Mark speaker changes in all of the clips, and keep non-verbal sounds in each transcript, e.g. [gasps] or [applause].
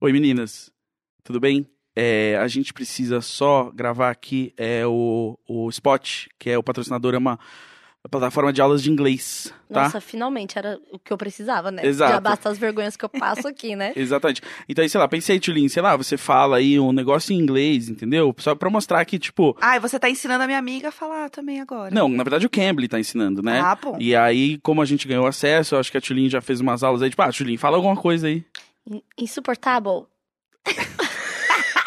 Speaker 1: Oi, meninas. Tudo bem? É, a gente precisa só gravar aqui é, o, o Spot, que é o patrocinador, é uma plataforma de aulas de inglês, tá?
Speaker 2: Nossa, finalmente era o que eu precisava, né?
Speaker 1: Exato.
Speaker 2: Já basta as vergonhas que eu passo
Speaker 1: [laughs]
Speaker 2: aqui,
Speaker 3: é?
Speaker 2: né?
Speaker 1: Exatamente. Então aí, sei lá, pensei, Tulin, sei lá, você fala aí um negócio em inglês, entendeu? Só pra mostrar que, tipo...
Speaker 3: Ah, e você tá ensinando a minha amiga a falar também agora.
Speaker 1: Não, na verdade o Cambly tá ensinando, né?
Speaker 3: Ah, bom.
Speaker 1: E aí, como a gente ganhou acesso, eu acho que a Tulin já fez umas aulas aí, tipo, ah, Tulin, fala alguma coisa
Speaker 3: [laughs]
Speaker 1: aí.
Speaker 2: In- Insuportável.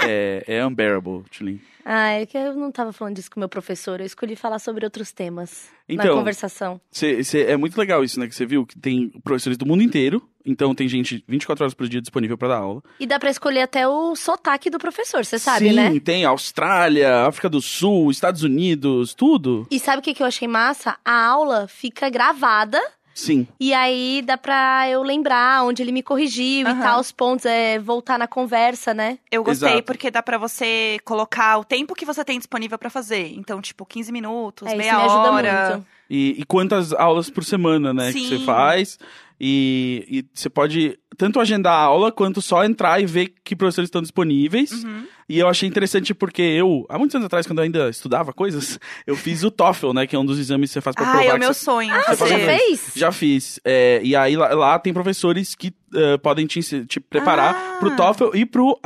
Speaker 1: é, é unbearable, Tulin.
Speaker 2: Ah, é que eu não tava falando disso com o meu professor. Eu escolhi falar sobre outros temas na
Speaker 1: Então,
Speaker 2: conversação.
Speaker 1: Cê- cê- é muito legal isso, né? Que você viu que tem professores do mundo inteiro, então tem gente 24 horas por dia disponível pra dar aula.
Speaker 2: E dá pra escolher até o sotaque do professor, você sabe,
Speaker 1: Sim,
Speaker 2: né?
Speaker 1: tem Austrália, África do Sul, Estados Unidos, tudo.
Speaker 2: E sabe o que, que eu achei massa? A aula fica gravada
Speaker 1: Sim.
Speaker 2: e aí dá pra eu lembrar onde ele me corrigiu e
Speaker 3: Aham.
Speaker 2: tal, os pontos, é voltar na conversa, né?
Speaker 3: Eu gostei
Speaker 1: Exato.
Speaker 3: porque dá pra você colocar o tempo que você tem disponível pra fazer. Então, tipo, 15 minutos,
Speaker 2: É, isso me
Speaker 3: meia
Speaker 2: ajuda
Speaker 3: hora.
Speaker 2: muito.
Speaker 1: E, e quantas aulas por semana, né? Que você
Speaker 3: Sim.
Speaker 1: faz. E e você pode tanto agendar a aula quanto só entrar e ver que professores estão disponíveis.
Speaker 3: Uhum.
Speaker 1: E eu achei interessante porque eu, há muitos anos atrás, quando eu ainda estudava coisas, [laughs] eu fiz o TOEFL, né? Que é um dos exames que você faz pra
Speaker 3: Ah,
Speaker 1: provar
Speaker 3: é
Speaker 1: que
Speaker 3: o meu
Speaker 1: você...
Speaker 3: sonho.
Speaker 2: Ah, você
Speaker 1: faz
Speaker 2: já
Speaker 1: inglês.
Speaker 2: fez?
Speaker 1: Já fiz. É, e aí lá, lá tem professores que eh, podem te, ensi- te preparar
Speaker 3: Ah.
Speaker 1: pro TOEFL e pro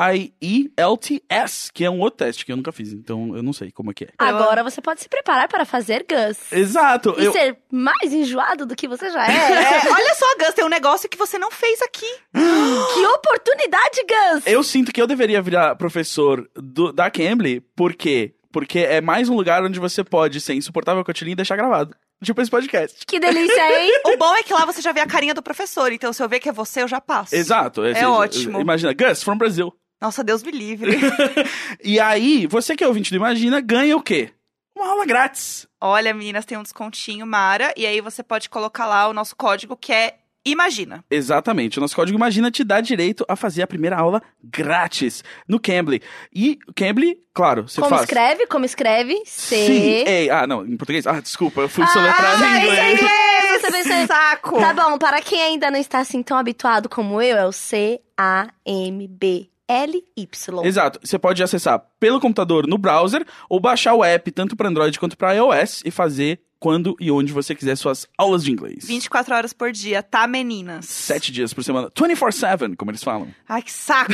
Speaker 1: IELTS, que é um outro teste que eu nunca fiz. Então eu não sei como é que é.
Speaker 2: Agora você pode se preparar para fazer Gus.
Speaker 1: Exato.
Speaker 2: E
Speaker 1: eu-
Speaker 2: ser mais enjoado do que você já
Speaker 1: [laughs]
Speaker 2: é.
Speaker 3: É, [laughs] olha só, Gus, tem um negócio que você não fez aqui.
Speaker 2: que oportunidade, Gus!
Speaker 1: Eu sinto que eu deveria virar professor do- da Cambly, por quê? Porque é mais um lugar onde você pode ser insuportável com a Tilly e deixar gravado. Tipo esse podcast.
Speaker 2: Que delícia, hein?
Speaker 3: O bom é que lá você já vê a carinha do professor. Então, se eu ver que é você, eu já passo.
Speaker 1: Exato.
Speaker 3: É ótimo.
Speaker 1: Imagina, Gus, from Brazil.
Speaker 3: Nossa, Deus me livre. [laughs]
Speaker 1: E aí, você que é ouvinte do Imagina, ganha o quê? Uma aula grátis.
Speaker 3: Olha, meninas, tem um descontinho, Mara. E aí você pode colocar lá o nosso código que é Imagina.
Speaker 1: Exatamente. O nosso código Imagina te dá direito a fazer a primeira aula grátis no Cambly. E Cambly, claro, você
Speaker 2: como
Speaker 1: faz.
Speaker 2: escreve? Como escreve?
Speaker 1: Sim.
Speaker 2: C.
Speaker 1: Ei, ah, não, em português. Ah, desculpa, eu fui
Speaker 2: Ah,
Speaker 1: soletrar
Speaker 2: é
Speaker 1: em
Speaker 2: isso aí.
Speaker 1: inglês.
Speaker 2: eu
Speaker 1: [laughs]
Speaker 2: também sei.
Speaker 3: Saco!
Speaker 2: Tá bom, para quem ainda não está assim tão habituado como eu, é o C-A-M-B-L-Y.
Speaker 1: Exato. Você pode acessar pelo computador no browser ou baixar o app tanto para Android quanto para iOS e fazer quando e onde você quiser suas aulas de inglês.
Speaker 3: 24 horas por dia, tá, meninas?
Speaker 1: Sete dias por semana. 24-7, como eles falam.
Speaker 3: Ai, que saco!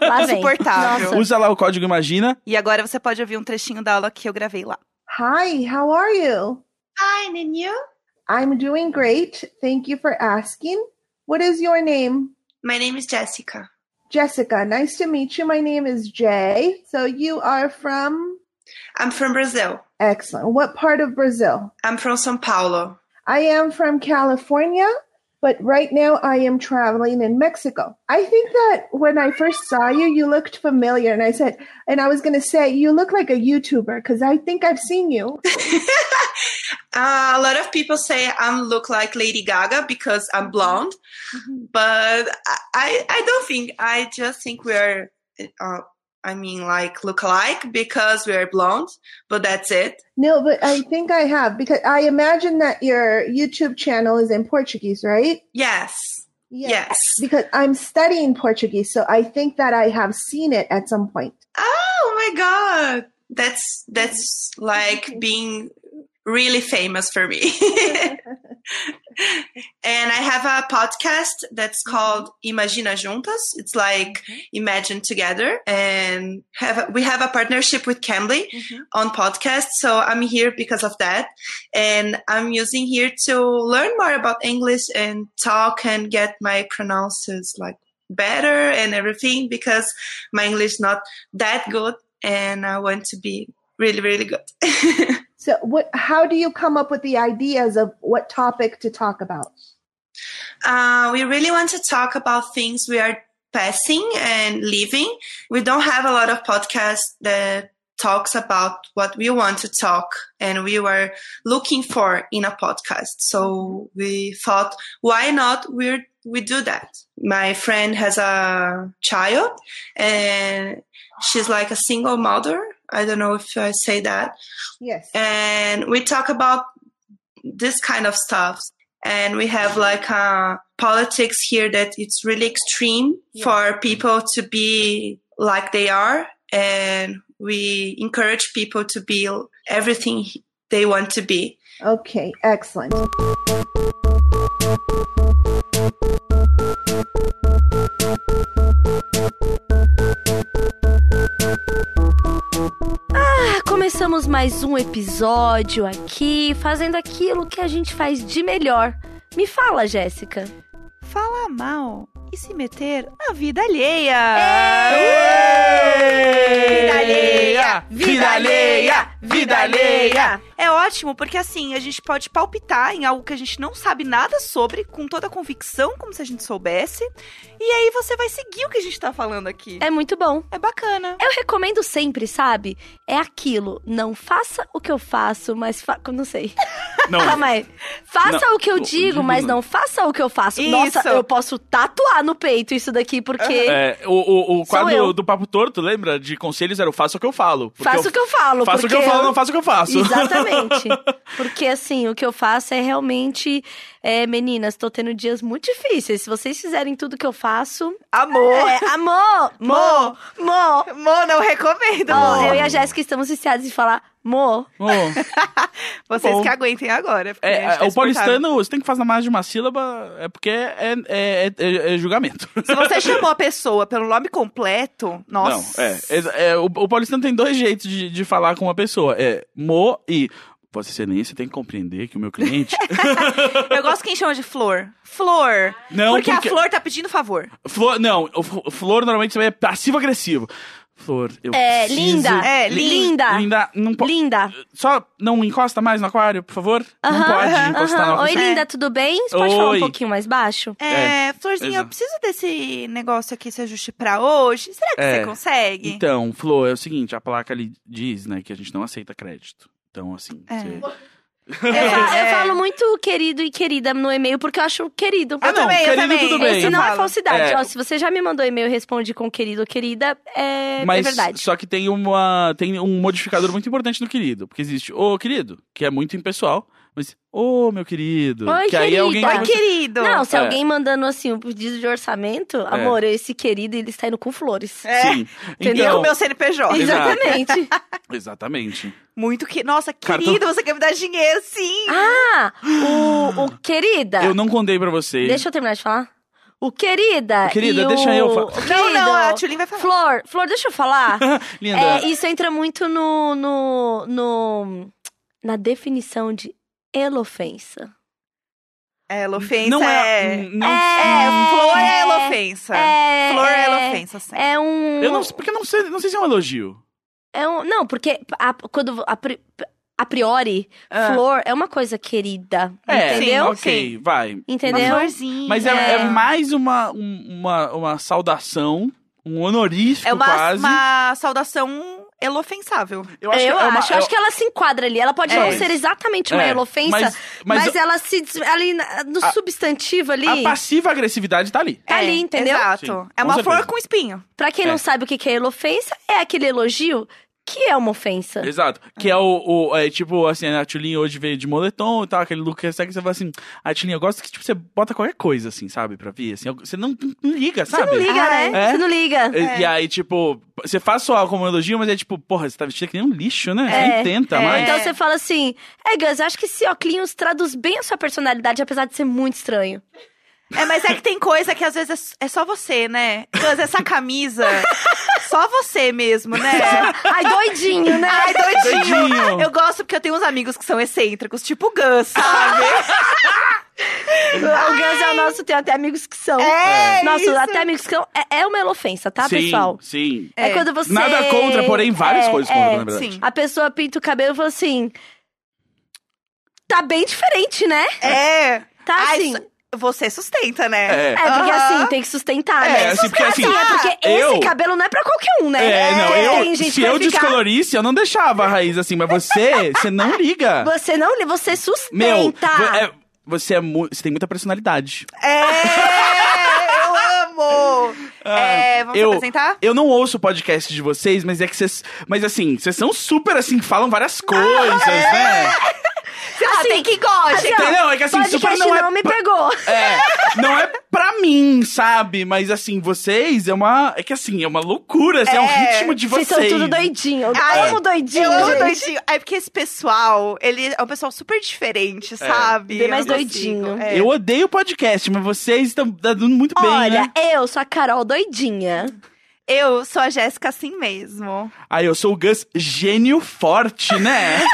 Speaker 2: Lá vem.
Speaker 3: Insuportável.
Speaker 2: Nossa.
Speaker 1: Usa lá o código Imagina.
Speaker 3: e agora você pode ouvir um trechinho da aula que eu gravei lá.
Speaker 4: Hi, how are you?
Speaker 5: Fine, and you?
Speaker 4: I'm doing great. Thank you for asking. What is your name?
Speaker 5: My name is Jessica.
Speaker 4: Jessica, nice to meet you. My name is Jay. So you are from?
Speaker 5: I'm from Brazil.
Speaker 4: Excellent. What part of Brazil?
Speaker 5: I'm from Sao Paulo.
Speaker 4: I am from California, but right now I am traveling in Mexico. I think that when I first saw you, you looked familiar. And I said, and I was going to say, you look like a YouTuber because I think I've seen you.
Speaker 5: Uh, a lot of people say I look like Lady Gaga because I'm blonde, but I, I, I don't think. I just think we're, uh, I mean, like look alike because we're blonde, but that's it.
Speaker 4: No, but I think I have because I imagine that your YouTube channel is in Portuguese, right?
Speaker 5: Yes. Yes.
Speaker 4: because I'm studying Portuguese, so I think that I have seen it at some point.
Speaker 5: Oh my God. That's, that's like being really famous for me. And I have a podcast that's called Imagina Juntas. It's like Imagine Together. And have we have a partnership with Cambly on podcast. So I'm here because of that. And I'm using here to learn more about English and talk and get my pronounces like better and everything because my English is not that good. And I want to be really, really good. [laughs]
Speaker 4: So, what? How do you come up with the ideas of what topic to talk about?
Speaker 5: Uh, we really want to talk about things we are passing and leaving. We don't have a lot of podcasts that talks about what we want to talk and we were looking for in a podcast. So we thought, why not we we do that? My friend has a child and she's like a single mother. I don't know if I say that
Speaker 4: Yes.
Speaker 5: and we talk about this kind of stuff and we have like a politics here that it's really extreme
Speaker 3: Yeah.
Speaker 5: for people to be like they are and we encourage people to be everything they want to be
Speaker 4: Okay, excellent.
Speaker 2: Ah, começamos mais um episódio aqui, fazendo aquilo que a gente faz de melhor. Me fala, Jéssica.
Speaker 3: Falar mal e se meter na vida alheia.
Speaker 1: Vida
Speaker 3: alheia, vida alheia, vida alheia. É ótimo, porque assim, a gente pode palpitar em algo que a gente não sabe nada sobre, com toda a convicção, como se a gente soubesse. E aí você vai seguir o que a gente tá falando aqui.
Speaker 2: É muito bom.
Speaker 3: É, bacana.
Speaker 2: Eu recomendo sempre, sabe? É aquilo. Não faça o que eu faço, mas. Fa... Não
Speaker 3: [laughs]
Speaker 2: sei.
Speaker 1: Não,
Speaker 2: Calma aí. Faça o que eu
Speaker 1: eu
Speaker 2: digo,
Speaker 1: digo
Speaker 2: mas
Speaker 1: não.
Speaker 2: não faça o que eu faço.
Speaker 3: Isso.
Speaker 2: Nossa, eu posso tatuar no peito isso daqui, porque.
Speaker 1: é, o, o, o
Speaker 2: Sou eu.
Speaker 1: quadro do Papo Torto, lembra? De conselhos era o faça o que eu falo. Porque
Speaker 2: Faça o que eu falo.
Speaker 1: faço o que eu
Speaker 2: porque
Speaker 1: falo, não faço o que eu faço. [laughs]
Speaker 3: [laughs]
Speaker 2: Exatamente. Porque assim, o que eu faço é realmente. É, meninas, tô tendo dias muito difíceis. Se vocês fizerem tudo que eu faço.
Speaker 3: Amor.
Speaker 2: É, amor! Mo! Mo!
Speaker 3: Amor, não recomendo.
Speaker 2: Ó,
Speaker 3: Mo.
Speaker 2: eu e a Jéssica estamos viciadas em falar mo.
Speaker 1: Bom,
Speaker 3: Vocês
Speaker 1: Bom.
Speaker 3: que aguentem agora. porque
Speaker 1: Oh,
Speaker 3: a
Speaker 1: é,
Speaker 3: gente tá
Speaker 1: o
Speaker 3: insuportável.
Speaker 1: paulistano, você tem que fazer mais de uma sílaba, é porque é, é, é- é- é julgamento. [laughs]
Speaker 3: Se você chamou a pessoa pelo nome completo, nossa.
Speaker 1: Não, é. exa- é, o, o paulistano tem dois jeitos de, de falar com uma pessoa. É mo e. Vossa Excelência tem que compreender que o meu
Speaker 2: [laughs]
Speaker 1: cliente.
Speaker 3: Eu gosto quem chama de flor. Flor.
Speaker 1: é- Não,
Speaker 3: porque,
Speaker 1: porque-
Speaker 3: a flor tá pedindo favor.
Speaker 1: Flor, não, o fl- flor normalmente também é passivo-agressivo. Flor, eu
Speaker 2: É,
Speaker 1: preciso-
Speaker 2: linda.
Speaker 3: É,
Speaker 1: Lin-
Speaker 2: linda.
Speaker 1: Linda, não pode.
Speaker 2: Linda.
Speaker 1: Só não encosta mais no aquário, por favor. não
Speaker 2: Aham,
Speaker 1: pode encostar
Speaker 2: aham.
Speaker 1: no
Speaker 2: Oi,
Speaker 1: aquário.
Speaker 2: linda, tudo bem? Você pode falar um
Speaker 1: Oi.
Speaker 2: pouquinho mais baixo?
Speaker 3: É, Florzinha,
Speaker 1: exato.
Speaker 3: eu preciso desse negócio aqui, esse ajuste pra hoje. Será que
Speaker 1: É.
Speaker 3: você consegue?
Speaker 1: Então, Flor, é o seguinte, a placa ali diz, né, que a gente não aceita crédito. Então, assim,
Speaker 3: É.
Speaker 1: você-
Speaker 2: Eu,
Speaker 3: [laughs] É,
Speaker 2: fa- eu
Speaker 3: é.
Speaker 2: falo muito querido e querida no e-mail porque eu acho querido.
Speaker 1: Ah, não,
Speaker 3: também, eu
Speaker 1: querido,
Speaker 3: também.
Speaker 1: tudo bem.
Speaker 2: Esse não é
Speaker 3: falo.
Speaker 2: falsidade.
Speaker 1: É.
Speaker 2: Ó, se você já me mandou e-mail e responde com querido ou querida, é, é
Speaker 1: Mas
Speaker 2: verdade.
Speaker 1: só que tem uma tem um modificador muito importante no querido, porque existe o querido, que é muito impessoal, mas ô meu querido,
Speaker 2: Oi,
Speaker 1: que aí é
Speaker 2: querido.
Speaker 1: alguém que
Speaker 3: Oi,
Speaker 1: você-
Speaker 3: querido.
Speaker 2: Não, se
Speaker 1: É.
Speaker 2: alguém mandando assim um pedido de orçamento, amor, esse querido ele está indo com flores.
Speaker 3: É.
Speaker 1: Sim.
Speaker 2: [laughs]
Speaker 3: E eu
Speaker 1: Então,
Speaker 3: com meu CNPJ.
Speaker 1: Exato. [laughs]
Speaker 2: Exatamente.
Speaker 1: exatamente.
Speaker 3: Muito que. Nossa,
Speaker 1: Cartão.
Speaker 3: querido, você quer me dar dinheiro, sim.
Speaker 2: ah, o, o querida.
Speaker 1: Eu não contei pra vocês.
Speaker 2: Tá. Deixa eu terminar de falar. O querida.
Speaker 1: O querida,
Speaker 2: e o-
Speaker 1: deixa eu fa- é
Speaker 2: o
Speaker 3: não, não, a
Speaker 2: querido.
Speaker 3: Tulin vai falar.
Speaker 2: Flor, Flor, deixa eu falar.
Speaker 1: [laughs] Linda.
Speaker 2: É, isso entra muito no, no, no- na definição de elofensa.
Speaker 3: É, ela ofensa
Speaker 1: não é,
Speaker 3: é...
Speaker 1: não-
Speaker 3: É, flor é ela
Speaker 1: Tá.
Speaker 3: ofensa.
Speaker 2: É,
Speaker 3: Flor é ela
Speaker 2: é-
Speaker 3: ofensa, sim.
Speaker 2: É um.
Speaker 1: Eu não, porque eu não sei, não sei se é um elogio.
Speaker 2: É um não, porque a, quando a, pri- a priori,
Speaker 3: Ah.
Speaker 2: flor é uma coisa querida.
Speaker 1: É,
Speaker 2: entendeu?
Speaker 1: sim, ok, vai.
Speaker 3: Uma
Speaker 2: Entendeu?
Speaker 3: florzinha.
Speaker 1: Mas é,
Speaker 2: É.
Speaker 1: é mais uma, um- uma uma saudação, um honorífico
Speaker 3: É uma,
Speaker 1: quase.
Speaker 3: uma saudação elofensável.
Speaker 1: Eu
Speaker 2: eu
Speaker 1: é uma-
Speaker 2: acho,
Speaker 1: é-
Speaker 2: acho que ela se enquadra ali. Ela pode
Speaker 3: É.
Speaker 2: não ser exatamente Tipo, uma
Speaker 1: é,
Speaker 2: elofensa, mas,
Speaker 1: mas, mas,
Speaker 2: ela se. des- Ali na- no
Speaker 1: A-
Speaker 2: substantivo ali.
Speaker 1: a passiva agressividade tá ali.
Speaker 2: Tá ali, entendeu?
Speaker 3: Exato.
Speaker 1: Sim,
Speaker 3: é
Speaker 1: com
Speaker 3: uma flor
Speaker 1: certeza.
Speaker 3: com espinho.
Speaker 2: Pra quem
Speaker 1: É.
Speaker 2: não sabe o que que é elofensa, é aquele elogio que é uma ofensa.
Speaker 1: Exato. Que é o, o- é, tipo, assim, a Tulin hoje veio de moletom e tal, aquele look que você segue, você fala assim, a Tulin, eu gosto que, tipo, você bota qualquer coisa, assim, sabe, pra vir, assim, você não, não liga,
Speaker 2: Você
Speaker 1: sabe?
Speaker 2: não liga,
Speaker 3: Ah,
Speaker 2: né?
Speaker 1: é?
Speaker 2: Você não liga.
Speaker 1: E, e aí, tipo, você faz só como elogio, mas é tipo, porra, você tá vestido que nem um lixo, né?
Speaker 2: É.
Speaker 1: Nem tenta
Speaker 3: É.
Speaker 1: mais.
Speaker 2: Então você fala assim, é, Gus, eu acho que esse óculos traduz bem a sua personalidade, apesar de ser muito estranho.
Speaker 3: É, mas é que tem coisa que às vezes é s- é, só você, né? Mas essa
Speaker 1: [laughs]
Speaker 3: camisa, só você mesmo, né?
Speaker 2: Ai, doidinho, né? [laughs]
Speaker 3: Ai, doidinho.
Speaker 1: Doidinho.
Speaker 3: Eu gosto porque eu tenho uns amigos que são excêntricos, tipo o Gus, sabe?
Speaker 2: O Gus é o nosso, tem até amigos que são.
Speaker 3: É,
Speaker 2: Nossa,
Speaker 3: isso.
Speaker 2: até amigos que são. É, é uma elofensa, tá,
Speaker 1: sim,
Speaker 2: pessoal?
Speaker 1: sim.
Speaker 2: É.
Speaker 3: É.
Speaker 2: quando você.
Speaker 1: Nada contra, porém, várias
Speaker 2: é,
Speaker 1: coisas
Speaker 2: é.
Speaker 1: contra, né? na verdade.
Speaker 3: Sim.
Speaker 2: A pessoa pinta o cabelo e fala assim. Tá bem diferente, né?
Speaker 3: É.
Speaker 2: Tá
Speaker 3: Ai,
Speaker 2: assim.
Speaker 3: su- [laughs] Você sustenta, né?
Speaker 1: É.
Speaker 2: É, porque
Speaker 3: Aham.
Speaker 2: assim, tem que sustentar,
Speaker 1: É,
Speaker 2: né?
Speaker 1: assim, porque assim,
Speaker 2: É porque esse
Speaker 1: eu-
Speaker 2: cabelo não é pra qualquer um, né?
Speaker 1: É, não,
Speaker 2: Porque
Speaker 1: eu,
Speaker 2: tem gente
Speaker 1: se
Speaker 2: que vai
Speaker 1: eu
Speaker 2: ficar-
Speaker 1: descolorisse, eu não deixava a raiz assim, mas você, você não liga.
Speaker 2: Você não, li- você sustenta.
Speaker 1: Meu, vo- é, você, é mu- você tem muita personalidade.
Speaker 3: É, eu amo.
Speaker 1: [laughs]
Speaker 3: é,
Speaker 1: Ah,
Speaker 3: vamos
Speaker 1: eu-
Speaker 3: apresentar?
Speaker 1: Eu não ouço o podcast de vocês, mas é que vocês. Mas assim, vocês são super assim, falam várias coisas, né?
Speaker 2: assim,
Speaker 3: tem
Speaker 2: que gosta.
Speaker 1: Entendeu? É que assim, super
Speaker 2: podcast
Speaker 1: não
Speaker 2: não,
Speaker 1: é
Speaker 2: me
Speaker 1: pra-
Speaker 2: pegou.
Speaker 1: É, não é pra mim, sabe? Mas assim, vocês é uma. É que assim, é uma loucura, assim, é, um
Speaker 3: É,
Speaker 1: ritmo [laughs] de vocês.
Speaker 2: Vocês são tudo doidinho. Eu
Speaker 3: Ai,
Speaker 2: amo doidinho.
Speaker 3: Eu amo
Speaker 2: gente.
Speaker 3: doidinho. É porque esse pessoal, ele é um pessoal super diferente, sabe?
Speaker 2: Bem
Speaker 3: Eu
Speaker 2: mais
Speaker 3: não
Speaker 2: doidinho.
Speaker 3: consigo, é.
Speaker 1: É. Eu odeio podcast, mas vocês estão dando muito bem,
Speaker 2: Olha,
Speaker 1: né?
Speaker 2: eu sou a Carol doidinha.
Speaker 3: Eu sou a Jéssica assim mesmo.
Speaker 1: Aí eu sou o Gus gênio forte, né?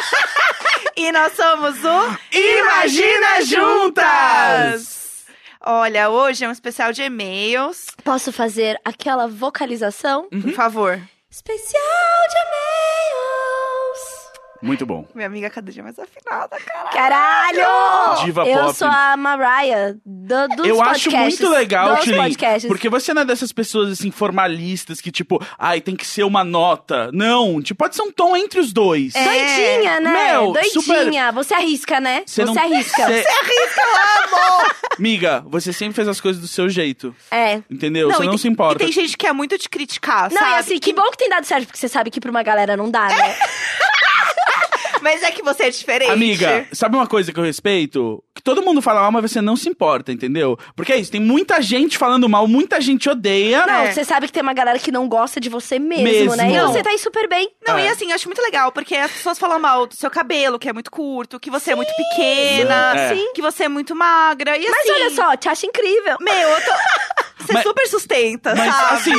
Speaker 3: E nós somos o
Speaker 1: Imagina Juntas!
Speaker 3: Olha, hoje é um especial de e-mails.
Speaker 2: Posso fazer aquela vocalização?
Speaker 3: Por
Speaker 1: Uhum.
Speaker 3: favor.
Speaker 2: Especial de e-mails.
Speaker 1: Muito bom.
Speaker 3: Minha amiga é cada dia mais afinada, cara.
Speaker 2: Caralho!
Speaker 1: Diva
Speaker 2: eu
Speaker 1: pop.
Speaker 2: sou a Mariah do, dos
Speaker 1: eu
Speaker 2: podcasts.
Speaker 1: acho muito legal,
Speaker 2: dos
Speaker 1: Tilin,
Speaker 2: podcasts.
Speaker 1: porque você não é dessas pessoas assim formalistas que tipo, ai, tem que ser uma nota. Não, tipo, pode ser um tom entre os dois.
Speaker 3: É.
Speaker 2: Doidinha, né?
Speaker 1: Meu,
Speaker 2: Doidinha. Você arrisca, né?
Speaker 1: Você
Speaker 2: você
Speaker 1: não-
Speaker 2: arrisca.
Speaker 1: Cê- [laughs] Miga, você sempre fez as coisas do seu jeito,
Speaker 2: É.
Speaker 1: entendeu? você
Speaker 3: e
Speaker 1: não
Speaker 3: tem-
Speaker 1: se importa.
Speaker 3: E tem gente que é muito de criticar,
Speaker 2: Não,
Speaker 3: sabe? É.
Speaker 2: e assim, que bom que tem dado certo, porque você sabe que pra uma galera não dá, né?
Speaker 3: Mas é que você é diferente.
Speaker 1: Amiga, sabe uma coisa que eu respeito? Que todo mundo fala mal, mas você não se importa, entendeu? Porque é isso, tem muita gente falando mal, muita gente odeia.
Speaker 2: Não,
Speaker 3: É.
Speaker 2: você sabe que tem uma galera que não gosta de você mesmo,
Speaker 1: Mesmo.
Speaker 2: né? E
Speaker 1: Não.
Speaker 2: você tá aí super bem.
Speaker 3: Não,
Speaker 1: É.
Speaker 3: e assim, eu acho muito legal, porque as pessoas falam mal do seu cabelo, que é muito curto, que você é muito pequena,
Speaker 1: É.
Speaker 3: que você é muito magra. E
Speaker 2: Mas
Speaker 3: assim,
Speaker 2: olha só, te acho incrível.
Speaker 3: Meu, eu
Speaker 1: [laughs]
Speaker 3: tô... você
Speaker 1: Mas-
Speaker 3: super sustenta,
Speaker 1: Mas
Speaker 3: sabe?
Speaker 1: assim,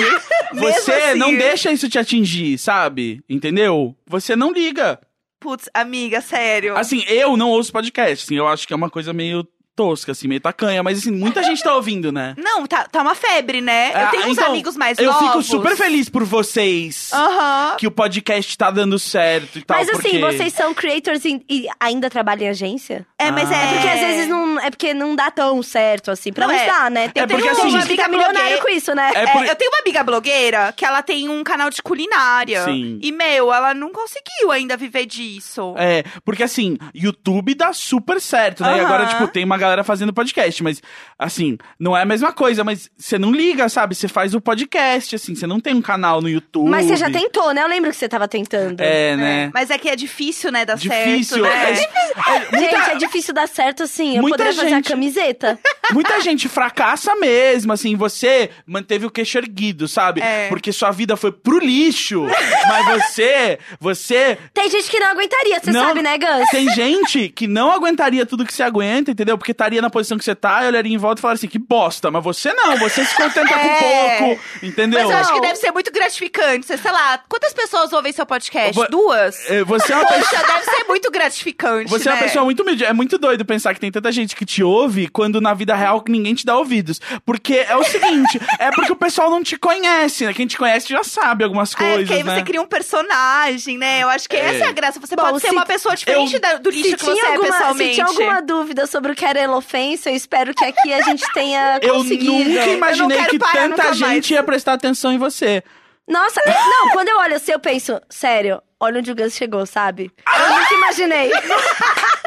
Speaker 3: Mesmo
Speaker 1: você
Speaker 3: assim.
Speaker 1: não deixa isso te atingir, sabe? Entendeu? Você não liga.
Speaker 3: Putz, amiga, sério.
Speaker 1: Assim, eu não ouço podcast, assim, eu acho que é uma coisa meio tosca, assim, meio tacanha, mas assim, muita gente tá ouvindo, né?
Speaker 3: Não, tá, tá uma febre, né?
Speaker 1: Ah,
Speaker 3: eu tenho uns
Speaker 1: então,
Speaker 3: amigos mais
Speaker 1: Eu
Speaker 3: novos. Ah.
Speaker 1: fico super feliz por vocês.
Speaker 3: Aham.
Speaker 1: Que o podcast tá dando certo e tal.
Speaker 2: Mas assim,
Speaker 1: porque...
Speaker 2: vocês são creators e, e ainda trabalham em agência?
Speaker 3: É, mas é...
Speaker 1: Ah.
Speaker 2: É porque às vezes não. É porque não dá tão certo, assim. Pra
Speaker 3: Não
Speaker 2: uns
Speaker 3: é.
Speaker 2: dá, né? Tem
Speaker 1: É porque,
Speaker 2: gente
Speaker 1: assim,
Speaker 2: que fica milionário com isso, né?
Speaker 1: É
Speaker 3: É,
Speaker 1: por-
Speaker 3: Eu tenho uma amiga blogueira que ela tem um canal de culinária.
Speaker 1: Sim.
Speaker 3: E, meu, ela não conseguiu ainda viver disso.
Speaker 1: É, porque assim, YouTube dá super certo, né? E
Speaker 3: Aham.
Speaker 1: agora, tipo, tem uma galera fazendo podcast, mas assim, não é a mesma coisa, mas você não liga, sabe? Você faz o podcast, assim, você não tem um canal no YouTube.
Speaker 2: Mas você já tentou, né? Eu lembro que você tava tentando.
Speaker 1: É, né?
Speaker 3: Mas é que é difícil, né, dar
Speaker 1: Difícil.
Speaker 3: certo, né?
Speaker 1: mas- é,
Speaker 2: Gente,
Speaker 1: muita,
Speaker 2: é difícil dar certo assim. Eu
Speaker 1: Muita
Speaker 2: poderia fazer a
Speaker 1: gente-
Speaker 2: camiseta.
Speaker 1: muita gente fracassa mesmo, assim, você manteve o queixo erguido, sabe?
Speaker 3: É.
Speaker 1: Porque sua vida foi pro lixo, mas você, você
Speaker 2: Tem gente que não aguentaria, você
Speaker 1: Não.
Speaker 2: sabe, né, Gus?
Speaker 1: Tem gente que não aguentaria tudo que você aguenta, entendeu? Porque estaria na posição que você tá, e olharia em volta e falaria assim, que bosta, mas você não, você se contenta
Speaker 3: É.
Speaker 1: com pouco, entendeu?
Speaker 3: Mas eu acho que
Speaker 2: Não.
Speaker 3: deve ser muito gratificante. Você, Sei lá, quantas pessoas ouvem seu podcast?
Speaker 1: Vou-
Speaker 3: Duas?
Speaker 1: É, Você é uma pessoa.
Speaker 3: Poxa, deve ser muito gratificante,
Speaker 1: Você é uma
Speaker 3: né?
Speaker 1: pessoa muito humilde. É muito doido pensar que tem tanta gente que te ouve quando na vida real que ninguém te dá ouvidos. Porque é o seguinte, é porque o pessoal não te conhece, né? Quem te conhece já sabe algumas
Speaker 3: É,
Speaker 1: coisas,
Speaker 3: porque aí
Speaker 1: né?
Speaker 3: você cria um personagem, né? Eu acho que
Speaker 1: É.
Speaker 3: essa é a graça. Você
Speaker 2: Bom,
Speaker 3: pode ser
Speaker 2: se-
Speaker 3: uma pessoa diferente
Speaker 1: eu-
Speaker 3: da- do lixo
Speaker 2: se
Speaker 3: que
Speaker 2: tinha,
Speaker 3: você é
Speaker 2: alguma, se
Speaker 3: pessoalmente.
Speaker 2: tinha alguma dúvida sobre o que era elofense, eu espero que aqui a gente tenha
Speaker 1: [laughs] Eu
Speaker 2: conseguido.
Speaker 1: nunca imaginei
Speaker 3: quero
Speaker 1: que
Speaker 3: parar
Speaker 1: tanta
Speaker 3: nunca mais.
Speaker 1: gente ia prestar atenção em você.
Speaker 2: Nossa, é- não, quando eu olho assim, eu penso, sério, olha onde o Gus chegou, sabe? Eu nunca
Speaker 1: [laughs]
Speaker 2: imaginei.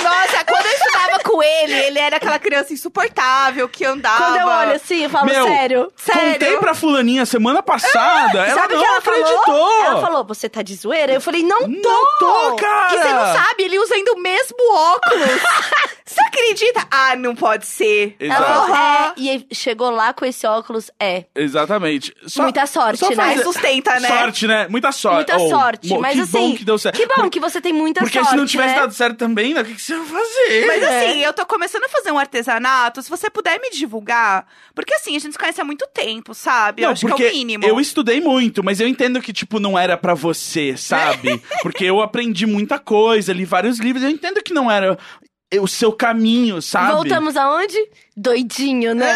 Speaker 3: Nossa, quando eu estudava com ele, ele era aquela criança insuportável que andava.
Speaker 2: Quando eu olho assim, eu falo,
Speaker 1: Meu,
Speaker 2: sério, sério.
Speaker 1: Contei pra fulaninha semana passada, ela
Speaker 2: Sabe o
Speaker 1: não
Speaker 2: que ela
Speaker 1: acreditou.
Speaker 2: falou? Ela falou, você tá de zoeira? Eu falei, não tô.
Speaker 1: Não tô, cara!
Speaker 3: Que você não sabe, ele usa ainda o mesmo
Speaker 1: [laughs]
Speaker 3: óculos. você acredita? Ah, não pode ser.
Speaker 2: Ela
Speaker 1: Exato.
Speaker 2: falou,
Speaker 3: Aham.
Speaker 2: é, e aí chegou lá com esse óculos, é.
Speaker 1: Exatamente. Só-
Speaker 2: Muita sorte,
Speaker 1: só
Speaker 2: né?
Speaker 1: faz-
Speaker 3: Mas sustenta, né?
Speaker 1: Sorte, né? Muita sorte.
Speaker 2: Muita
Speaker 1: Oh,
Speaker 2: sorte,
Speaker 1: mo-
Speaker 2: mas
Speaker 1: que
Speaker 2: assim,
Speaker 1: bom que deu certo.
Speaker 2: Que bom
Speaker 1: Por-
Speaker 2: que você tem muita
Speaker 1: Porque
Speaker 2: sorte,
Speaker 1: se não tivesse
Speaker 2: né?
Speaker 1: dado certo também, né, o que, que você ia fazer?
Speaker 3: Mas
Speaker 2: É.
Speaker 3: assim, eu tô começando a fazer um artesanato. Se você puder me divulgar. Porque assim, a gente se conhece há muito tempo, sabe? eu
Speaker 1: não,
Speaker 3: acho
Speaker 1: porque
Speaker 3: que é o mínimo.
Speaker 1: eu estudei muito, mas eu entendo que, tipo, não era pra você, sabe? porque eu aprendi muita coisa, li vários livros, eu entendo que não era o seu caminho, sabe? É.
Speaker 2: Voltamos aonde? Doidinho, né?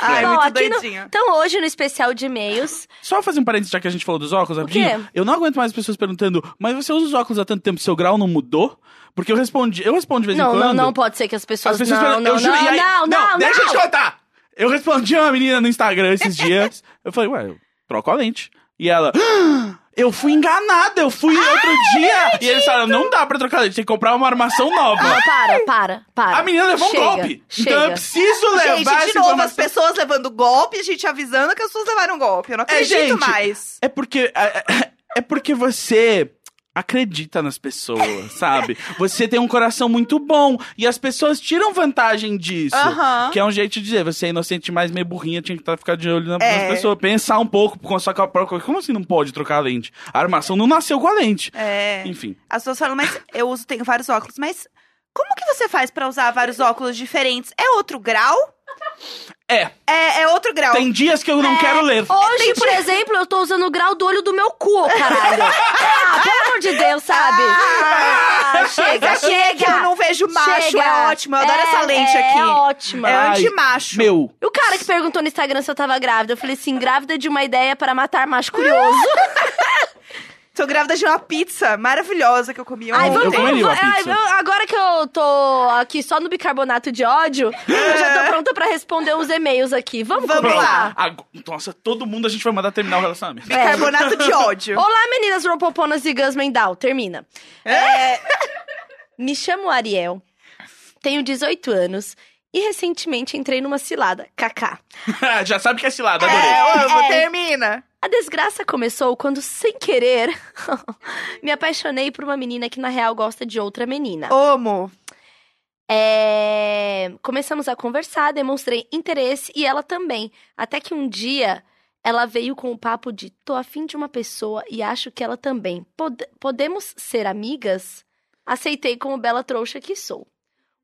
Speaker 2: Ah,
Speaker 3: Ai,
Speaker 2: Não,
Speaker 3: muito
Speaker 2: aqui não-
Speaker 3: doidinha.
Speaker 2: Então hoje no especial de e-mails,
Speaker 1: Só fazer um parênteses, já que a gente falou dos óculos,
Speaker 2: quê?
Speaker 1: rapidinho. Eu não aguento mais as pessoas perguntando, mas você usa os óculos há tanto tempo, seu grau não mudou? Porque eu respondi, eu respondo de vez
Speaker 2: não,
Speaker 1: em quando.
Speaker 2: não, não pode ser que as pessoas,
Speaker 1: As pessoas
Speaker 2: não,
Speaker 1: perguntam,
Speaker 2: não,
Speaker 1: eu
Speaker 2: não,
Speaker 1: juro, e aí-
Speaker 2: não, não, não.
Speaker 1: deixa eu te contar. Eu respondi uma menina no Instagram esses dias. eu falei, ué, eu troco a lente. E ela, "Ah, eu fui enganada, eu fui outro dia. E eles falaram, não dá pra trocar a lente, tem que comprar uma armação nova.
Speaker 2: Ah, para, para, para.
Speaker 1: a menina levou
Speaker 2: Ah, Chega,
Speaker 1: um golpe.
Speaker 2: Chega.
Speaker 1: Então eu preciso levar
Speaker 3: Gente, de
Speaker 1: essa
Speaker 3: novo, as
Speaker 1: informação.
Speaker 3: pessoas levando golpe, a gente avisando
Speaker 1: É
Speaker 3: que as pessoas levaram golpe. Eu não acredito
Speaker 1: gente,
Speaker 3: mais.
Speaker 1: É porque. É, é- é porque você. acredita nas
Speaker 3: [laughs]
Speaker 1: pessoas, sabe? Você tem um coração muito bom e as pessoas tiram vantagem disso.
Speaker 3: Aham.
Speaker 1: Que é um jeito de dizer, você é inocente, mas meio burrinha, tinha que tá- ficar de olho na,
Speaker 3: É.
Speaker 1: nas pessoas. Pensar um pouco com a sua própria... Como assim não pode trocar a lente? A armação não nasceu com a lente.
Speaker 3: É.
Speaker 1: Enfim.
Speaker 3: As pessoas falam, mas eu uso, tenho vários óculos, mas como que você faz pra usar vários óculos diferentes? É outro grau?
Speaker 1: É,
Speaker 3: É, é outro grau.
Speaker 1: tem dias que eu
Speaker 3: é,
Speaker 1: não quero ler.
Speaker 2: Hoje, por exemplo, eu tô usando o grau do olho do meu cu, [laughs] caralho. Ah, pelo amor de Deus, sabe? Ah, [laughs] chega, chega.
Speaker 3: Eu não vejo macho,
Speaker 2: chega.
Speaker 3: é ótimo. Eu adoro
Speaker 2: É,
Speaker 3: essa lente
Speaker 2: é
Speaker 3: aqui.
Speaker 2: ótima.
Speaker 3: É
Speaker 1: Ai,
Speaker 3: anti-macho.
Speaker 1: Meu,
Speaker 2: E o cara que perguntou no Instagram se eu tava grávida, eu falei assim, grávida de uma ideia para matar macho curioso.
Speaker 3: Tô grávida de uma pizza maravilhosa que eu comi ontem.
Speaker 2: Ah, Ai, vamos
Speaker 1: eu
Speaker 2: ter-
Speaker 1: comeria uma
Speaker 2: ai,
Speaker 1: pizza.
Speaker 2: eu- agora que eu tô aqui só no bicarbonato de ódio, eu já
Speaker 1: É.
Speaker 2: tô pronta pra responder uns e-mails aqui. Vamos,
Speaker 3: Vamos
Speaker 2: começar?
Speaker 3: lá. É.
Speaker 1: Agora- nossa, todo mundo a gente vai mandar terminar o relacionamento.
Speaker 3: Bicarbonato de ódio.
Speaker 2: Olá, meninas Ropoponas e Gus Mendal. Termina. É, [laughs] Me chamo Ariel, tenho 18 anos e recentemente entrei numa cilada. Kaká.
Speaker 1: [laughs] Já sabe que é cilada,
Speaker 3: É,
Speaker 1: adorei.
Speaker 3: eu amo,
Speaker 2: É.
Speaker 3: termina.
Speaker 2: A desgraça começou quando, sem querer, [laughs] me apaixonei por uma menina que na real gosta de outra menina.
Speaker 3: Amo.
Speaker 2: É, Começamos a conversar, demonstrei interesse e ela também. Até que um dia ela veio com o papo de tô afim de uma pessoa e acho que ela também. Pod- podemos ser amigas? Aceitei como bela trouxa que sou.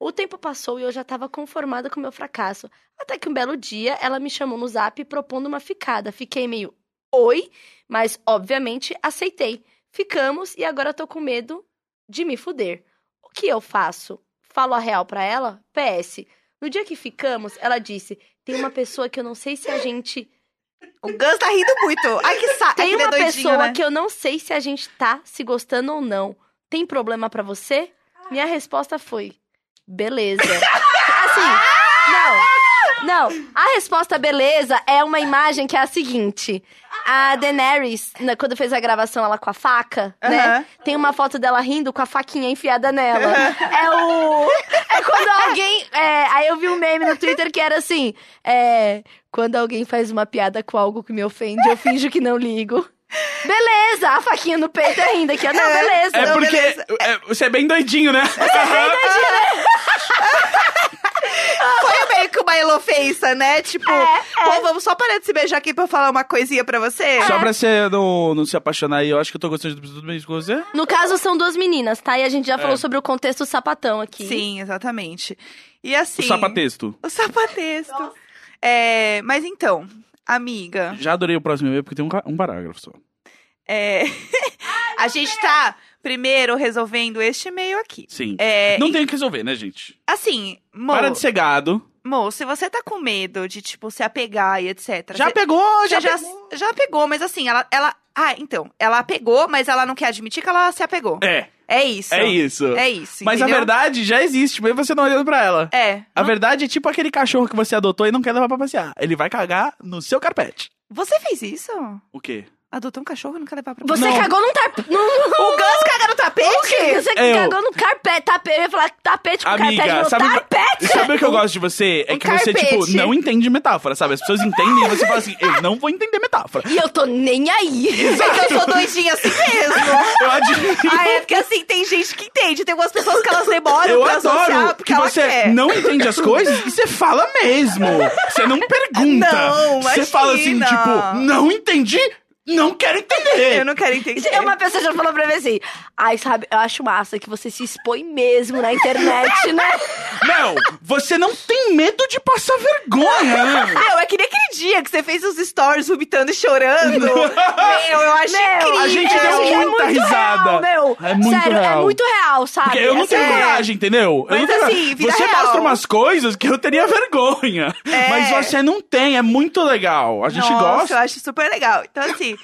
Speaker 2: O tempo passou e eu já estava conformada com o meu fracasso. Até que um belo dia ela me chamou no zap propondo uma ficada. Fiquei meio oi, mas obviamente aceitei. Ficamos e agora tô com medo de me fuder. O que eu faço? Falo a real pra ela? PS. No dia que ficamos, ela disse: tem uma pessoa que eu não sei se a gente.
Speaker 3: O Gus tá rindo muito. Ai, que saco.
Speaker 2: Tem uma
Speaker 3: doidinho,
Speaker 2: pessoa
Speaker 3: né?
Speaker 2: que eu não sei se a gente tá se gostando ou não. Tem problema pra você? Minha resposta foi: beleza. [laughs] assim, não. Não, a resposta beleza é uma imagem que é a seguinte. A Daenerys, na- quando fez a gravação ela com a faca, né?
Speaker 3: Aham.
Speaker 2: Tem uma foto dela rindo com a faquinha enfiada nela. É o. É quando alguém. é, aí eu vi um meme no Twitter que era assim: é, Quando alguém faz uma piada com algo que me ofende, eu finjo que não ligo. Beleza! A faquinha no peito é rindo aqui. ó. Não, beleza.
Speaker 1: É
Speaker 2: Não,
Speaker 1: porque
Speaker 3: beleza.
Speaker 1: é, você é bem doidinho, né?
Speaker 3: Foi meio que uma elofensa, né? Tipo,
Speaker 1: É,
Speaker 3: pô, vamos só parar de se beijar aqui pra eu falar uma coisinha pra você?
Speaker 1: Só pra você não, não se apaixonar aí, eu acho que eu tô gostando de tudo bem com você.
Speaker 2: No caso, são duas meninas, tá? E a gente já falou
Speaker 1: É.
Speaker 2: sobre o contexto sapatão aqui.
Speaker 3: Sim, exatamente. E assim.
Speaker 1: O sapatexto.
Speaker 3: O sapatexto. É, mas então, amiga,
Speaker 1: Já adorei o próximo e-mail porque tem um, ca- um parágrafo só.
Speaker 3: é, [laughs] a gente tá primeiro resolvendo este e-mail aqui.
Speaker 1: Sim.
Speaker 3: É,
Speaker 1: não tem o que resolver, né, gente?
Speaker 3: Assim, Mo,
Speaker 1: Para de ser gado.
Speaker 3: Mo, se você tá com medo de, tipo, se apegar e etc.
Speaker 1: Já
Speaker 3: tá você-
Speaker 1: pegou, já,
Speaker 3: já, já,
Speaker 1: pegou.
Speaker 3: já pegou, mas assim, ela, ela. Ah, então, ela apegou, mas ela não quer admitir que ela se apegou.
Speaker 1: É,
Speaker 3: É isso.
Speaker 1: é isso.
Speaker 3: É isso.
Speaker 1: Mas
Speaker 3: entendeu?
Speaker 1: a verdade já existe, mesmo você não olhando pra ela.
Speaker 3: É.
Speaker 1: A verdade é tipo aquele cachorro que você adotou e não quer levar pra passear. Ele vai cagar no seu carpete.
Speaker 3: Você fez isso?
Speaker 1: O quê?
Speaker 3: Adotou um cachorro e não quer levar pra
Speaker 2: Você
Speaker 1: Não.
Speaker 2: cagou num tapete.
Speaker 3: O Gus caga no tapete?
Speaker 2: Você
Speaker 1: Eu.
Speaker 2: cagou num carpete. Tapete. Eu ia falar tapete com carpete.
Speaker 1: Amiga,
Speaker 2: Não,
Speaker 1: sabe,
Speaker 2: tapete!
Speaker 1: sabe o que eu gosto de você? É
Speaker 3: um
Speaker 1: que você, tipo,
Speaker 3: carpete.
Speaker 1: não entende metáfora, sabe? As pessoas entendem e você fala assim, eu não vou entender metáfora.
Speaker 2: E eu tô nem aí.
Speaker 3: Porque eu sou doidinha assim
Speaker 1: [laughs]
Speaker 3: mesmo.
Speaker 1: Eu admiro.
Speaker 3: Ah, é porque assim, tem gente que entende. Tem umas pessoas que elas demoram
Speaker 1: Eu
Speaker 3: pra
Speaker 1: adoro
Speaker 3: associar
Speaker 1: que
Speaker 3: porque ela
Speaker 1: você
Speaker 3: quer.
Speaker 1: não entende as coisas e você fala mesmo. Você não pergunta.
Speaker 3: Não,
Speaker 1: Você fala assim,
Speaker 3: imagina.
Speaker 1: tipo, não entendi, não quero entender.
Speaker 3: Eu não quero entender.
Speaker 2: É, Uma pessoa já falou pra mim assim: Ai, sabe, eu acho massa que você se expõe mesmo na internet, né?
Speaker 1: Não, você não tem medo de passar vergonha, né?
Speaker 3: Meu, é que nem aquele dia que você fez os stories vomitando
Speaker 1: [laughs]
Speaker 3: e chorando. Meu, eu acho incrível.
Speaker 1: a gente deu um
Speaker 2: acho que
Speaker 1: muita
Speaker 2: é muito
Speaker 1: risada.
Speaker 2: Real, meu.
Speaker 1: É muito
Speaker 2: Sério,
Speaker 1: real.
Speaker 2: é muito real, sabe?
Speaker 1: Porque eu não
Speaker 2: É
Speaker 1: tenho
Speaker 2: sério.
Speaker 1: coragem, entendeu? eu
Speaker 3: Mas
Speaker 1: não tenho coragem.
Speaker 3: assim, vida
Speaker 1: Você
Speaker 3: real.
Speaker 1: mostra umas coisas que eu teria [laughs] vergonha.
Speaker 3: É.
Speaker 1: Mas você não tem, é muito legal. A gente
Speaker 3: Nossa,
Speaker 1: gosta.
Speaker 3: eu acho super legal. Então, assim...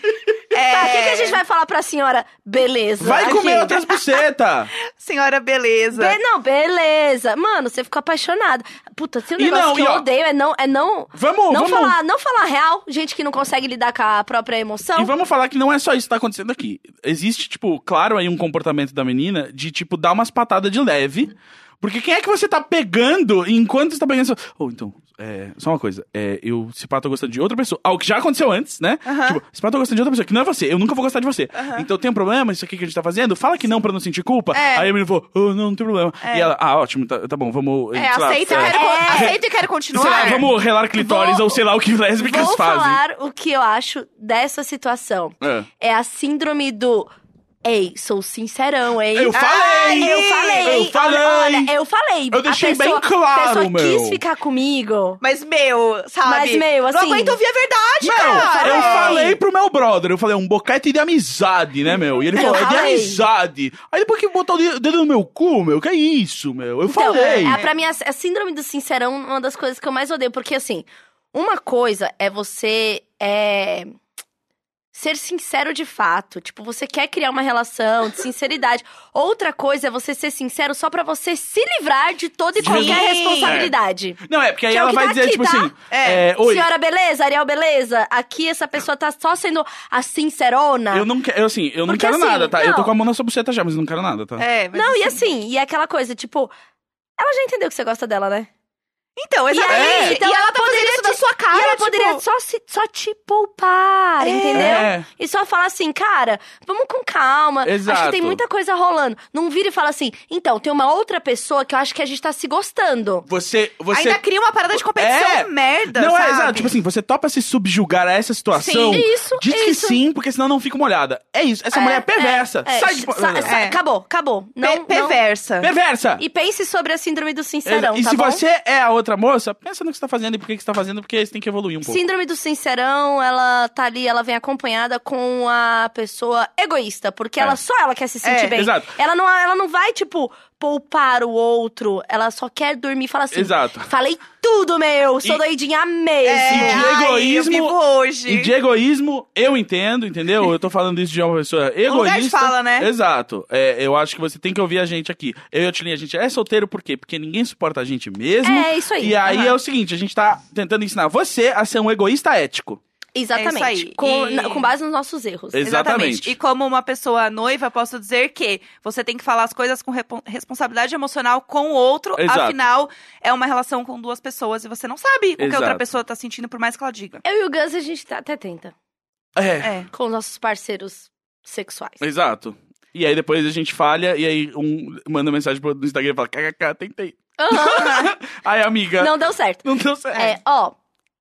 Speaker 3: é,
Speaker 2: [laughs] Tá, o que, que a gente vai falar pra senhora? Beleza.
Speaker 1: Vai
Speaker 2: Aqui.
Speaker 1: comer outras
Speaker 3: [laughs]
Speaker 1: bucetas.
Speaker 3: Senhora Beleza.
Speaker 2: Be- não, beleza. Mano, você ficou apaixonado. Puta, tem um
Speaker 1: E
Speaker 2: negócio
Speaker 1: não,
Speaker 2: que
Speaker 1: e
Speaker 2: eu
Speaker 1: ó.
Speaker 2: odeio é não. É não
Speaker 1: Vamos,
Speaker 2: não
Speaker 1: vamos.
Speaker 2: falar, não falar real, gente que não consegue lidar com a própria emoção.
Speaker 3: Então-
Speaker 1: E vamos falar que não é só isso que tá acontecendo aqui. Existe, tipo, claro aí um comportamento da menina de, tipo, dar umas patadas de leve. Porque quem é que você tá pegando e enquanto você tá pegando? Ou então, É, só uma coisa. É, eu, se pá, tô gostando de outra pessoa. Algo que já aconteceu antes, né?
Speaker 3: Aham.
Speaker 1: Tipo, se pá, tô gostando de outra pessoa, que não é você. Eu nunca vou gostar de você.
Speaker 3: Aham.
Speaker 1: Então tem um problema isso aqui que a gente tá fazendo? Fala que não pra não sentir culpa.
Speaker 3: É.
Speaker 1: Aí a menina falou, "Ah, não, não tem problema. E ela, ah, ótimo, tá, tá bom, vamos...
Speaker 3: É,
Speaker 1: sei lá,
Speaker 3: aceita,
Speaker 1: é,
Speaker 3: eu quero,
Speaker 2: É.
Speaker 3: aceita e quero
Speaker 1: sei lá,
Speaker 3: continuar.
Speaker 1: vamos relar clitóris
Speaker 2: Vou-
Speaker 1: ou sei lá o que lésbicas
Speaker 2: Vou
Speaker 1: fazem.
Speaker 2: falar o que eu acho dessa situação.
Speaker 1: É.
Speaker 2: É a síndrome do. Ei, sou sincerão, hein?
Speaker 1: Eu falei!
Speaker 2: Ai, eu falei!
Speaker 1: Eu falei!
Speaker 2: Olha, olha, eu falei!
Speaker 1: Eu
Speaker 2: A
Speaker 1: deixei bem
Speaker 2: pessoa-
Speaker 1: claro,
Speaker 2: A pessoa
Speaker 1: meu.
Speaker 2: quis ficar comigo.
Speaker 3: Mas, meu, sabe?
Speaker 2: Mas, meu,
Speaker 3: Não
Speaker 2: assim-
Speaker 3: aguento ouvir a verdade,
Speaker 1: Não,
Speaker 3: cara. É,
Speaker 1: eu falei pro meu brother, eu falei, um boquete de amizade, né, meu? E ele
Speaker 2: Eu
Speaker 1: falou, é de
Speaker 2: falei.
Speaker 1: amizade. Aí depois que botou o dedo no meu cu, meu, que é isso, meu? Eu
Speaker 2: Então,
Speaker 1: falei.
Speaker 2: é, pra mim, a, a síndrome do sincerão é uma das coisas que eu mais odeio. Porque, assim, uma coisa é você é, ser sincero de fato. Tipo, você quer criar uma relação de sinceridade. Outra coisa é você ser sincero só pra você se livrar de toda e
Speaker 1: Sim.
Speaker 2: qualquer
Speaker 3: É.
Speaker 2: responsabilidade.
Speaker 1: Não, é, porque aí
Speaker 2: Que é o
Speaker 1: ela
Speaker 2: que
Speaker 1: vai
Speaker 2: tá
Speaker 1: dizer,
Speaker 2: aqui,
Speaker 1: tipo
Speaker 2: tá?
Speaker 1: assim,
Speaker 3: É.
Speaker 1: é, oi,
Speaker 2: Senhora, beleza? Ariel, beleza? Aqui essa pessoa tá só sendo a sincerona.
Speaker 1: eu não quero, eu, assim, eu não
Speaker 2: Porque,
Speaker 1: quero
Speaker 2: assim,
Speaker 1: nada, tá? Eu tô
Speaker 2: não.
Speaker 1: com a mão na sua buceta já, mas eu não quero nada, tá?
Speaker 3: É, mas
Speaker 2: Não, e
Speaker 3: assim-
Speaker 2: assim, e é aquela coisa, tipo... Ela já entendeu que você gosta dela, né?
Speaker 3: Então, exatamente. E,
Speaker 1: é.
Speaker 2: então
Speaker 3: ela,
Speaker 2: ela
Speaker 3: tá fazendo
Speaker 2: poderia
Speaker 3: isso na
Speaker 2: te-
Speaker 3: sua cara,
Speaker 2: e ela
Speaker 3: tipo-
Speaker 2: poderia só, se, só te poupar, entendeu?
Speaker 1: É.
Speaker 2: E só falar assim, cara, vamos com calma. Acho
Speaker 1: Exato.
Speaker 2: que tem muita coisa rolando. Não vira e fala assim, então, tem uma outra pessoa que eu acho que a gente tá se gostando.
Speaker 1: Você, você...
Speaker 3: Ainda cria uma parada de competição
Speaker 1: É.
Speaker 3: merda,
Speaker 1: não, é
Speaker 3: sabe?
Speaker 1: exato. Tipo assim, você topa se subjugar a essa situação?
Speaker 2: Sim, isso,
Speaker 1: Diz que
Speaker 2: isso.
Speaker 1: sim, porque senão não fica molhada. É isso. Essa
Speaker 2: É,
Speaker 1: mulher é perversa.
Speaker 2: É,
Speaker 1: Sai de...
Speaker 2: sa- sa-
Speaker 3: É.
Speaker 2: Acabou, acabou. Não,
Speaker 3: Pe- perversa.
Speaker 1: É. Perversa!
Speaker 2: não- E pense sobre a síndrome do
Speaker 1: Exa-
Speaker 2: sincerão,
Speaker 1: e
Speaker 2: tá
Speaker 1: se
Speaker 2: bom?
Speaker 1: você é a outra moça, pensa no que você tá fazendo e por que que você tá fazendo, porque você tem que evoluir um pouco.
Speaker 2: Síndrome do sincerão, ela tá ali, ela vem acompanhada com a pessoa egoísta, porque
Speaker 1: É.
Speaker 2: ela só ela quer se sentir
Speaker 3: É,
Speaker 2: bem.
Speaker 1: exato.
Speaker 2: Ela não, ela não vai, tipo, poupar o outro, ela só quer dormir e falar assim:
Speaker 1: Exato.
Speaker 2: falei tudo, meu, sou
Speaker 1: E-
Speaker 2: doidinha
Speaker 1: E
Speaker 2: mesmo.
Speaker 1: de
Speaker 3: É. ai,
Speaker 1: egoísmo-
Speaker 3: eu vivo hoje.
Speaker 1: E de egoísmo, eu entendo, entendeu? Eu tô falando isso de uma pessoa
Speaker 2: [laughs]
Speaker 1: egoísta.
Speaker 3: lugar de fala, né?
Speaker 1: Exato. É, eu acho que você tem que ouvir a gente aqui. Eu e a Tilinha, a gente é solteiro por quê? Porque ninguém suporta a gente mesmo.
Speaker 2: É, isso aí.
Speaker 1: E aí
Speaker 2: Aham.
Speaker 1: é o seguinte, a gente tá tentando ensinar você a ser um egoísta ético.
Speaker 2: Exatamente.
Speaker 3: É isso aí.
Speaker 2: Com,
Speaker 3: E-
Speaker 2: na- com base nos nossos erros.
Speaker 1: Ex- Exatamente.
Speaker 3: E como uma pessoa noiva, posso dizer que você tem que falar as coisas com repo- responsabilidade emocional com o outro.
Speaker 1: Exato.
Speaker 3: Afinal, é uma relação com duas pessoas e você não sabe o que a outra
Speaker 1: Exato.
Speaker 3: pessoa tá sentindo, por mais que ela diga.
Speaker 2: Eu e o Gus, a gente tá- até tenta.
Speaker 1: É,
Speaker 3: É.
Speaker 2: Com os nossos parceiros
Speaker 1: [laughs]
Speaker 2: sexuais.
Speaker 1: exato. E aí depois a gente falha, e aí um manda mensagem pro no Instagram e fala, kkk,
Speaker 2: [laughs]
Speaker 1: tentei.
Speaker 2: Aham.
Speaker 1: Aí, amiga, não,
Speaker 2: não deu certo.
Speaker 1: deu certo.
Speaker 2: É, ó,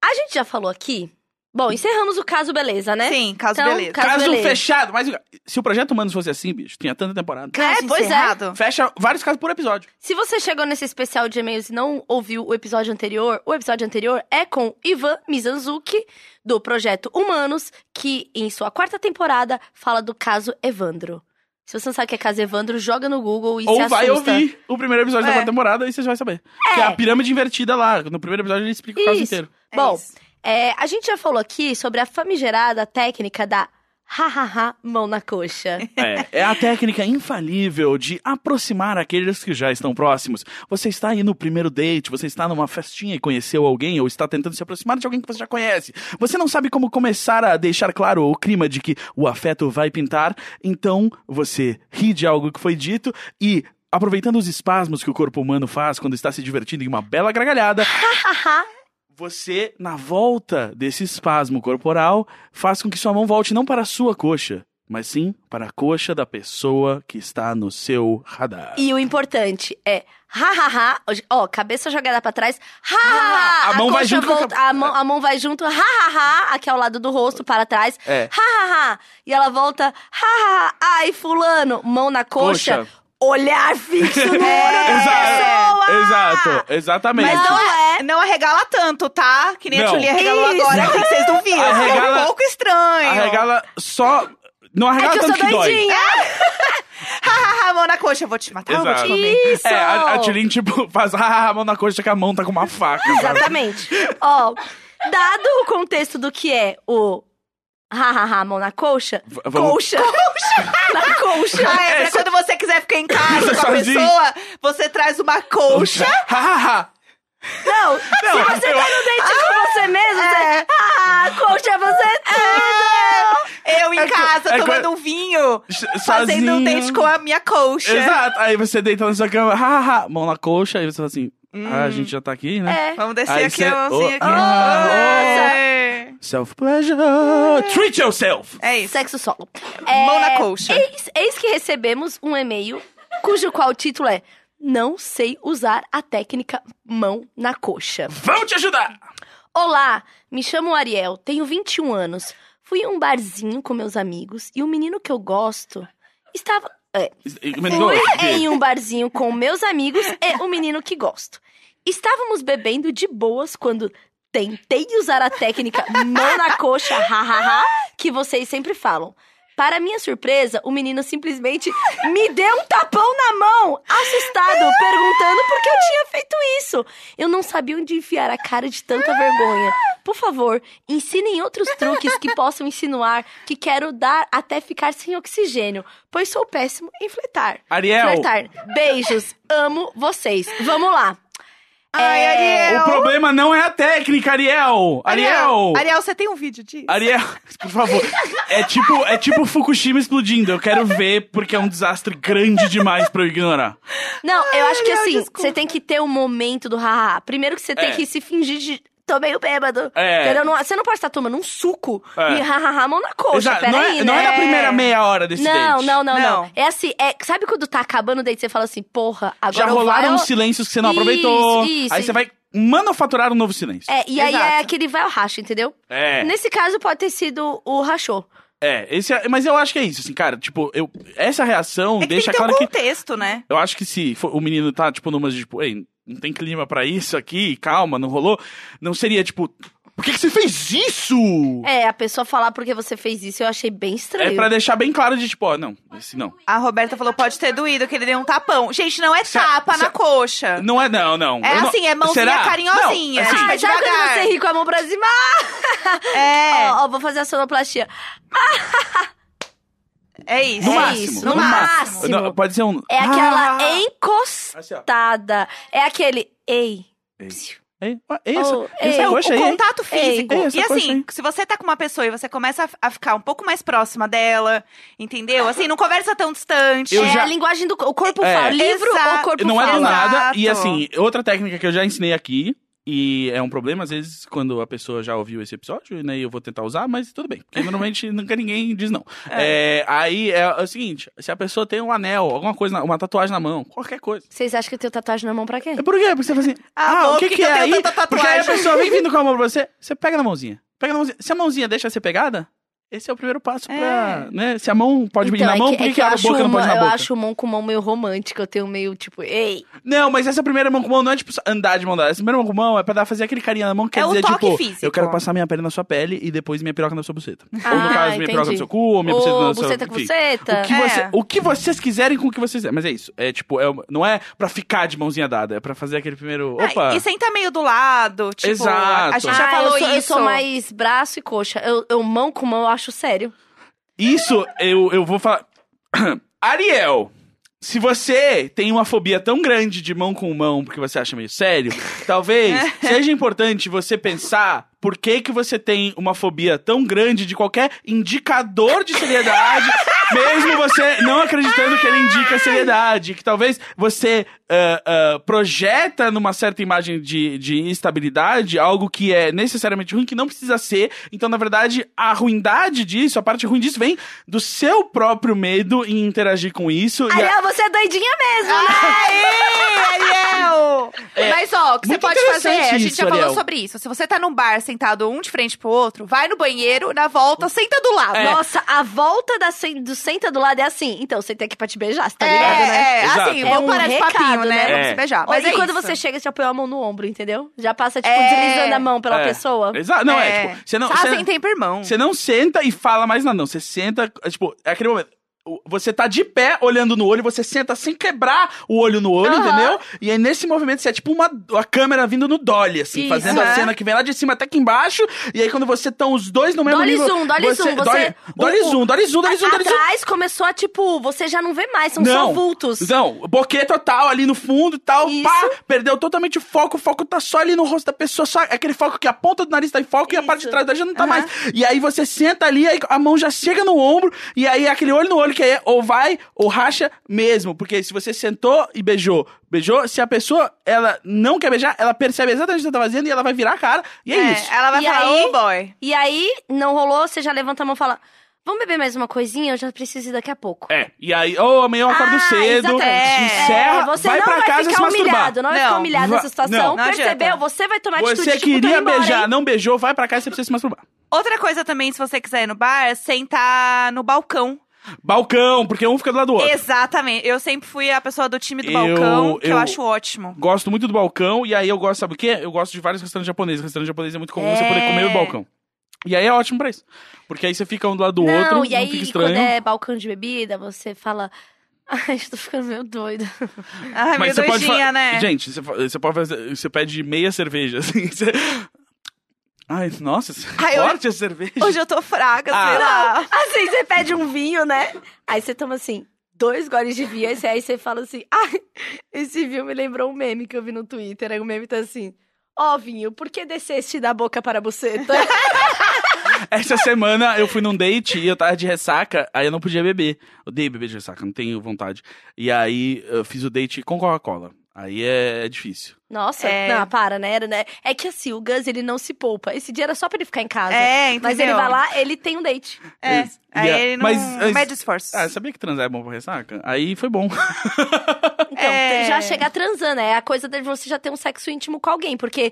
Speaker 2: a gente já falou aqui. Bom, encerramos o caso, beleza, né?
Speaker 3: É. Sim, caso
Speaker 2: Então,
Speaker 3: beleza.
Speaker 2: ca- Caso
Speaker 1: Caso
Speaker 2: beleza.
Speaker 1: fechado. Mas se o Projeto Humanos fosse assim, bicho, tinha tanta temporada.
Speaker 2: É, pois é.
Speaker 3: encerrado.
Speaker 1: Fecha vários casos por episódio.
Speaker 2: Se você chegou nesse especial de e-mails e não ouviu o episódio anterior, o episódio anterior é com Ivan Mizanzuki, do Projeto Humanos, que em sua quarta temporada fala do caso Evandro. Se você não sabe o que é caso Evandro, joga no Google e se
Speaker 1: Ou
Speaker 2: é assusta.
Speaker 1: vai ouvir o primeiro episódio da
Speaker 3: É.
Speaker 1: quarta temporada e você já vai saber.
Speaker 2: É.
Speaker 1: Que é a pirâmide invertida lá. No primeiro episódio ele explica o caso
Speaker 2: Isso.
Speaker 1: inteiro.
Speaker 3: É
Speaker 2: Bom,
Speaker 3: isso.
Speaker 2: é, a gente já falou aqui sobre a famigerada técnica da hahaha mão na
Speaker 3: [laughs]
Speaker 2: coxa.
Speaker 1: É. a técnica infalível de aproximar aqueles que já estão próximos. Você está aí no primeiro date, você está numa festinha e conheceu alguém, ou está tentando se aproximar de alguém que você já conhece. Você não sabe como começar a deixar claro o clima de que o afeto vai pintar, então você ri de algo que foi dito e. Aproveitando os espasmos que o corpo humano faz quando está se divertindo em uma bela gargalhada,
Speaker 2: Hahaha.
Speaker 1: você, na volta desse espasmo corporal, faz com que sua mão volte não para a sua coxa, mas sim para a coxa da pessoa que está no seu radar.
Speaker 2: E o importante é hahaha, ó, cabeça jogada pra trás, hahaha,
Speaker 1: A mão vai
Speaker 2: coxa
Speaker 1: junto com a
Speaker 2: volta-
Speaker 1: cabe-
Speaker 2: a mão, a mão vai junto, hahaha, aqui ao lado do rosto, para trás,
Speaker 1: É.
Speaker 2: hahaha, e ela volta, hahaha, ai fulano, mão na coxa,
Speaker 1: Coxa.
Speaker 2: olhar fixo
Speaker 1: [laughs]
Speaker 2: no olho
Speaker 1: Exa-
Speaker 2: da pessoa.
Speaker 1: Exato, exatamente.
Speaker 3: Mas não é. Não arregala tanto, tá? Que nem a
Speaker 1: Não.
Speaker 3: Julia arregalou
Speaker 2: Isso.
Speaker 3: agora, que vocês não viram.
Speaker 1: Arregala-
Speaker 3: Ficou um pouco estranho.
Speaker 1: Arregala só. Não
Speaker 2: É
Speaker 1: arregala
Speaker 2: que eu
Speaker 1: tanto
Speaker 2: sou
Speaker 1: que dói. É.
Speaker 2: doidinha.
Speaker 3: Hahaha, Ah, mão na coxa, eu vou te matar, eu vou te
Speaker 1: Exato.
Speaker 3: comer.
Speaker 2: Isso.
Speaker 1: É, a, a Tilin, tipo, faz "Ah, a mão na coxa que a mão tá com uma faca. sabe?
Speaker 2: Exatamente. Ó, dado o contexto do que é o hahaha, mão na coxa,
Speaker 1: V- vamos- [laughs]
Speaker 2: coxa, [laughs] na coxa.
Speaker 3: Ah, é, pra
Speaker 1: É,
Speaker 3: quando você
Speaker 1: [laughs]
Speaker 3: quiser ficar em casa com a
Speaker 1: Sozinho.
Speaker 3: pessoa, você traz uma colcha.
Speaker 1: [laughs] Hahaha.
Speaker 2: Não, se você
Speaker 1: eu-
Speaker 2: tá no date com você mesmo,
Speaker 3: É.
Speaker 2: você... Ah, coxa, você... tá-
Speaker 3: Eu em
Speaker 1: É co-
Speaker 3: casa,
Speaker 1: é co-
Speaker 3: tomando um vinho,
Speaker 1: S-
Speaker 3: fazendo um
Speaker 1: sozinho.
Speaker 3: date com a minha colcha.
Speaker 1: Exato. Aí você deita na sua cama, haha, mão na coxa, aí você fala assim, Ah, a gente já tá aqui, né?
Speaker 2: Hum. É.
Speaker 3: Vamos descer
Speaker 1: Aí
Speaker 3: aqui,
Speaker 1: cê-
Speaker 3: a mãozinha
Speaker 1: oh,
Speaker 3: aqui.
Speaker 1: ah,
Speaker 3: Oi.
Speaker 1: Self pleasure. Treat yourself.
Speaker 3: É isso.
Speaker 2: Sexo solo. É,
Speaker 3: Mão na colcha.
Speaker 2: Eis, eis que recebemos um e-mail cujo qual título é Não sei usar a técnica mão na coxa.
Speaker 1: Vamos te ajudar.
Speaker 2: Olá, me chamo Ariel, tenho 21 anos. Fui a um barzinho com meus amigos e o menino que eu gosto estava
Speaker 1: é
Speaker 2: Fui em um barzinho com meus amigos e o menino que gosto. Estávamos bebendo de boas quando tentei usar a técnica mão na coxa, hahaha, que vocês sempre falam. Para minha surpresa, o menino simplesmente me deu um tapão na mão, assustado, perguntando por que eu tinha feito isso. Eu não sabia onde enfiar a cara de tanta vergonha. Por favor, ensinem outros truques que possam insinuar que quero dar até ficar sem oxigênio, pois sou péssimo em fletar.
Speaker 1: Ariel,
Speaker 2: Flertar. Beijos, amo vocês. Vamos lá.
Speaker 3: Ai, Ariel.
Speaker 1: o problema não é a técnica, Ariel. Ah, Ariel.
Speaker 3: Ariel, você tem um vídeo disso?
Speaker 1: Ariel, por favor. É tipo, é tipo Fukushima explodindo. Eu quero ver porque é um desastre grande demais pra eu ignorar.
Speaker 2: Não, eu acho que
Speaker 3: Ariel,
Speaker 2: assim,
Speaker 3: desculpa.
Speaker 2: você tem que ter o momento do haha. Primeiro que você tem
Speaker 1: É.
Speaker 2: que se fingir de. Tô meio bêbado.
Speaker 1: É.
Speaker 2: Entendeu? Não- você não pode estar tomando um suco
Speaker 1: É.
Speaker 2: e hahaha mão na coxa.
Speaker 1: Exato.
Speaker 2: Peraí,
Speaker 1: não, é,
Speaker 2: né?
Speaker 1: não é na primeira meia hora desse
Speaker 2: Não,
Speaker 1: date.
Speaker 2: não, não, não,
Speaker 3: Não.
Speaker 2: É assim, é, sabe quando tá acabando o date, você fala assim, porra, agora
Speaker 1: Já
Speaker 2: eu vou-
Speaker 1: rolaram
Speaker 2: eu-
Speaker 1: uns silêncios que você não
Speaker 2: Isso,
Speaker 1: aproveitou.
Speaker 2: isso,
Speaker 1: aí
Speaker 2: isso.
Speaker 1: você vai manufaturar um novo silêncio.
Speaker 2: É, e aí é
Speaker 3: Exato.
Speaker 2: aquele vai ao racho, entendeu?
Speaker 1: É, é.
Speaker 2: Nesse caso pode ter sido o rachou.
Speaker 1: esse é- mas eu acho que é isso, assim, cara. Tipo, eu, essa reação
Speaker 3: É que
Speaker 1: deixa
Speaker 3: tem que ter
Speaker 1: claro
Speaker 3: um
Speaker 1: que
Speaker 3: contexto, né?
Speaker 1: Eu acho que se for- o menino tá, tipo, numa de, tipo, ei, não tem clima pra isso aqui, calma, não rolou. Não seria, tipo, por que, que você fez isso?
Speaker 2: É, a pessoa falar porque você fez isso, eu achei bem estranho.
Speaker 1: É pra deixar bem claro de, tipo, ó, não, esse não.
Speaker 3: A Roberta falou, pode ter doído, que ele deu um tapão. Gente, não é
Speaker 1: Cê-
Speaker 3: tapa
Speaker 1: cê-
Speaker 3: na coxa.
Speaker 1: Não é, não, não.
Speaker 3: É
Speaker 1: Eu não-
Speaker 3: assim, é mãozinha
Speaker 1: Será?
Speaker 3: carinhosinha.
Speaker 1: Não, assim,
Speaker 2: Ah,
Speaker 3: Vai
Speaker 2: sabe quando
Speaker 3: devagar.
Speaker 2: você ri com a mão pra cima?
Speaker 1: Ah.
Speaker 3: É,
Speaker 2: Ó, ó, vou fazer a sonoplastia.
Speaker 3: é isso.
Speaker 1: no
Speaker 2: é
Speaker 1: máximo.
Speaker 2: isso,
Speaker 1: no,
Speaker 2: no
Speaker 1: máximo.
Speaker 2: máximo.
Speaker 1: Não, pode ser um...
Speaker 2: É aquela
Speaker 1: Ah! Assim, ó.
Speaker 2: encostada. É aquele. Ei.
Speaker 1: Ei.
Speaker 2: Psiu.
Speaker 1: Ei, ó, é essa,
Speaker 2: Oh,
Speaker 1: essa
Speaker 2: ei,
Speaker 3: O,
Speaker 1: coxa
Speaker 3: o
Speaker 1: aí, hein?
Speaker 3: contato físico.
Speaker 1: Ei, essa
Speaker 3: e
Speaker 1: coxa
Speaker 3: assim,
Speaker 1: aí.
Speaker 3: se você tá com uma pessoa e você começa a, a ficar um pouco mais próxima dela, entendeu? Assim, não conversa tão distante.
Speaker 1: Eu
Speaker 2: é
Speaker 1: já-
Speaker 2: a linguagem do co- o corpo
Speaker 1: É.
Speaker 2: fala. Livro
Speaker 3: Exa-
Speaker 2: ou corpo
Speaker 1: não é
Speaker 2: fala?
Speaker 1: do nada.
Speaker 3: Exato.
Speaker 1: E assim, outra técnica que eu já ensinei aqui, e é um problema, às vezes, quando a pessoa já ouviu esse episódio, né? E eu vou tentar usar, mas tudo bem. Porque normalmente [laughs] nunca ninguém diz não. É, aí é o seguinte: se a pessoa tem um anel, alguma coisa, na- uma tatuagem na mão, qualquer coisa.
Speaker 2: Vocês acham que eu tenho tatuagem na mão pra quê?
Speaker 1: É por quê? Porque você fala assim,
Speaker 3: Ah,
Speaker 1: ah,
Speaker 3: bom,
Speaker 1: o que,
Speaker 3: por
Speaker 1: que
Speaker 3: que que eu
Speaker 1: é
Speaker 3: tenho
Speaker 1: aí?
Speaker 3: tanta tatuagem?
Speaker 1: Porque aí a pessoa vem vindo com a mão pra você, você pega na mãozinha. Pega na mãozinha. Se a mãozinha deixa você pegada, esse é o primeiro passo pra. Né? Se a mão pode vir
Speaker 2: Então,
Speaker 1: na
Speaker 2: é
Speaker 1: mão,
Speaker 2: que-
Speaker 1: por
Speaker 2: é
Speaker 1: que, que
Speaker 2: eu
Speaker 1: a
Speaker 2: acho
Speaker 1: boca não pode
Speaker 2: uma-
Speaker 1: na
Speaker 2: Eu
Speaker 1: boca?
Speaker 2: acho mão com mão meio romântica. Eu tenho meio tipo, ei.
Speaker 1: Não, mas essa primeira mão com mão não é tipo andar de mão dada. Essa primeira mão com mão é pra dar, fazer aquele carinha na mão que
Speaker 3: É
Speaker 1: quer
Speaker 3: o
Speaker 1: dizer,
Speaker 3: toque
Speaker 1: tipo,
Speaker 3: físico.
Speaker 1: eu quero passar minha pele na sua pele e depois minha piroca na sua buceta.
Speaker 2: Ah,
Speaker 1: ou no caso, minha piroca
Speaker 2: entendi.
Speaker 1: no seu cu, ou minha buceta
Speaker 2: Ô,
Speaker 1: na sua
Speaker 2: buceta com
Speaker 1: enfim.
Speaker 2: buceta.
Speaker 1: O que,
Speaker 3: É.
Speaker 1: você- o que vocês quiserem com o que vocês quiserem. Mas é isso. É tipo, é, uma- não é pra ficar de mãozinha dada, é pra fazer aquele primeiro.
Speaker 3: Ah,
Speaker 1: Opa!
Speaker 3: e senta meio do lado, tipo,
Speaker 1: Exato.
Speaker 3: a gente já
Speaker 2: Ah, eu
Speaker 3: falou
Speaker 2: sou,
Speaker 3: isso.
Speaker 2: Eu sou mais braço e coxa. Eu, eu mão com mão, eu acho sério.
Speaker 1: Isso eu, eu vou falar. [coughs] Ariel, se você tem uma fobia tão grande de mão com mão, porque você acha meio sério, talvez seja importante você pensar por que, que você tem uma fobia tão grande de qualquer indicador de seriedade, mesmo você não acreditando que ele indica seriedade. Que talvez você ah, ah, projeta numa certa imagem de, de instabilidade algo que é necessariamente ruim, que não precisa ser. Então, na verdade, a ruindade disso, a parte ruim disso, vem do seu próprio medo em interagir com isso. e a-
Speaker 2: Ariel, você é doidinha mesmo, né?
Speaker 3: Aê, Ariel! É, Mas ó, o que você
Speaker 1: Muito
Speaker 3: pode fazer, é, a gente
Speaker 1: interessante
Speaker 3: já
Speaker 1: isso,
Speaker 3: falou
Speaker 1: Ariel.
Speaker 3: sobre isso. Se você tá num bar sentado um de frente pro outro, vai no banheiro, na volta, senta do
Speaker 1: É,
Speaker 3: lado.
Speaker 2: Ah, Nossa, a volta da sen- do senta do lado é assim. Então, você tem aqui pra te beijar, você tá
Speaker 3: É,
Speaker 2: ligado, né?
Speaker 3: é,
Speaker 1: Exato.
Speaker 3: assim,
Speaker 1: É
Speaker 3: vamos
Speaker 2: um
Speaker 3: parar de papinho,
Speaker 2: recado,
Speaker 3: né?
Speaker 2: né?
Speaker 3: Vamos
Speaker 1: É.
Speaker 3: se beijar.
Speaker 2: Mas
Speaker 3: Mas é
Speaker 2: e quando
Speaker 3: isso.
Speaker 2: você chega, você já põe a mão no ombro, entendeu? Já passa, tipo,
Speaker 3: É.
Speaker 2: deslizando a mão pela
Speaker 1: É.
Speaker 2: pessoa.
Speaker 1: Exato. Não, é, tipo, você não.
Speaker 3: Sá
Speaker 1: você-
Speaker 3: sem tempo, irmão.
Speaker 1: Você não senta e fala mais nada, não. Você senta, é, tipo, é aquele momento. O- Você tá de pé olhando no olho, você senta sem quebrar o olho no olho,
Speaker 2: Aham.
Speaker 1: entendeu? E aí nesse movimento você é tipo uma a câmera vindo no dolly, assim,
Speaker 2: Isso.
Speaker 1: fazendo a
Speaker 3: Aham.
Speaker 1: cena que vem lá de cima até aqui embaixo. E aí quando você estão os dois no mesmo
Speaker 2: Dolly
Speaker 1: nível,
Speaker 2: zoom, dolly zoom, você-
Speaker 1: Dolly, dolly
Speaker 2: o- o-
Speaker 1: zoom, dolly zoom, dolly zoom, dolly zoom.
Speaker 2: Atrás começou a, tipo, você já não vê mais, são só
Speaker 1: Não.
Speaker 2: vultos.
Speaker 1: Não, boquê total ali no fundo e tal,
Speaker 2: Isso.
Speaker 1: pá, perdeu totalmente o foco, o foco tá só ali no rosto da pessoa, só aquele foco que a ponta do nariz tá em foco e a parte de
Speaker 2: Isso.
Speaker 1: trás da já não tá
Speaker 3: Aham.
Speaker 1: mais. E aí você senta ali, aí a mão já chega no ombro, e aí é aquele olho no olho que aí é ou vai ou racha mesmo. Porque se você sentou e beijou, beijou, se a pessoa ela não quer beijar, ela percebe exatamente o que você tá fazendo e ela vai virar a cara. E é, isso.
Speaker 3: Ela vai
Speaker 2: E
Speaker 3: falar,
Speaker 2: aí-
Speaker 3: oh boy.
Speaker 2: E aí, não rolou, você já levanta a mão e fala: Vamos beber mais uma coisinha? Eu já preciso ir daqui a pouco.
Speaker 1: É. E aí, ou amanhã eu acordo
Speaker 2: Ah,
Speaker 1: cedo,
Speaker 2: exatamente.
Speaker 1: encerra,
Speaker 2: É, você
Speaker 1: vai
Speaker 2: não
Speaker 1: pra
Speaker 2: vai
Speaker 1: casa se
Speaker 2: ficar
Speaker 1: masturbar.
Speaker 2: humilhado, não vai ficar
Speaker 3: Não,
Speaker 2: humilhado
Speaker 1: va-
Speaker 2: nessa situação.
Speaker 1: não.
Speaker 3: Não adianta.
Speaker 2: Percebeu? Você vai tomar
Speaker 1: Você
Speaker 2: atitude, tipo, tô
Speaker 1: queria
Speaker 2: indo embora,
Speaker 1: beijar,
Speaker 2: hein?
Speaker 1: não beijou, vai pra casa, você precisa se masturbar.
Speaker 3: Outra coisa também, se você quiser ir no bar, sentar no balcão.
Speaker 1: Balcão, porque um fica do lado do outro.
Speaker 3: Exatamente. Eu sempre fui a pessoa do time do
Speaker 1: Eu-
Speaker 3: balcão, que eu,
Speaker 1: eu-
Speaker 3: acho ótimo.
Speaker 1: Gosto muito do balcão, e aí eu gosto, sabe o quê? Eu gosto de vários restaurantes japoneses. Restaurante japonês é muito comum você
Speaker 3: É.
Speaker 1: poder comer no balcão. E aí é ótimo pra isso. Porque aí você fica um do lado do
Speaker 2: não,
Speaker 1: outro,
Speaker 2: e aí,
Speaker 1: não fica estranho.
Speaker 2: quando é balcão de bebida, você fala. Ai, eu tô ficando meio doida.
Speaker 3: Ai, meio doidinha,
Speaker 1: fa-
Speaker 3: né?
Speaker 1: Gente, você, fa- você pode fazer. Você pede meia cerveja, assim. [laughs] Você... Ai, nossa,
Speaker 3: Ai, eu-
Speaker 1: forte a cerveja.
Speaker 3: Hoje eu tô fraca,
Speaker 1: Ah.
Speaker 3: sei
Speaker 2: [laughs]
Speaker 3: lá.
Speaker 2: Assim, você pede um vinho, né? Aí você toma assim, dois goles de vinho, aí você- aí você fala assim, [laughs] ai, esse vinho me lembrou um meme que eu vi no Twitter. Aí o meme tá assim, ó vinho, por que desceste da boca para a buceta?
Speaker 1: Essa semana eu fui num date e eu tava de ressaca, aí eu não podia beber. Odeio beber de ressaca, não tenho vontade. E aí eu fiz o date com Coca-Cola. Aí é, é difícil.
Speaker 2: [laughs] Nossa,
Speaker 3: É.
Speaker 2: não, para, né? Era, né? É que assim, o Gus, ele não se poupa. Esse dia era só pra ele ficar em casa.
Speaker 3: É, entendeu?
Speaker 2: Mas ele vai lá, ele tem um date.
Speaker 3: É.
Speaker 1: Mas-
Speaker 3: Aí
Speaker 1: e a-
Speaker 3: ele não
Speaker 1: mas-
Speaker 3: não mede esforços.
Speaker 1: Ah, sabia que transar é bom pra ressaca? Aí foi bom. [laughs]
Speaker 2: Então,
Speaker 3: É.
Speaker 2: já chegar transando. É a coisa de você já ter um sexo íntimo com alguém. Porque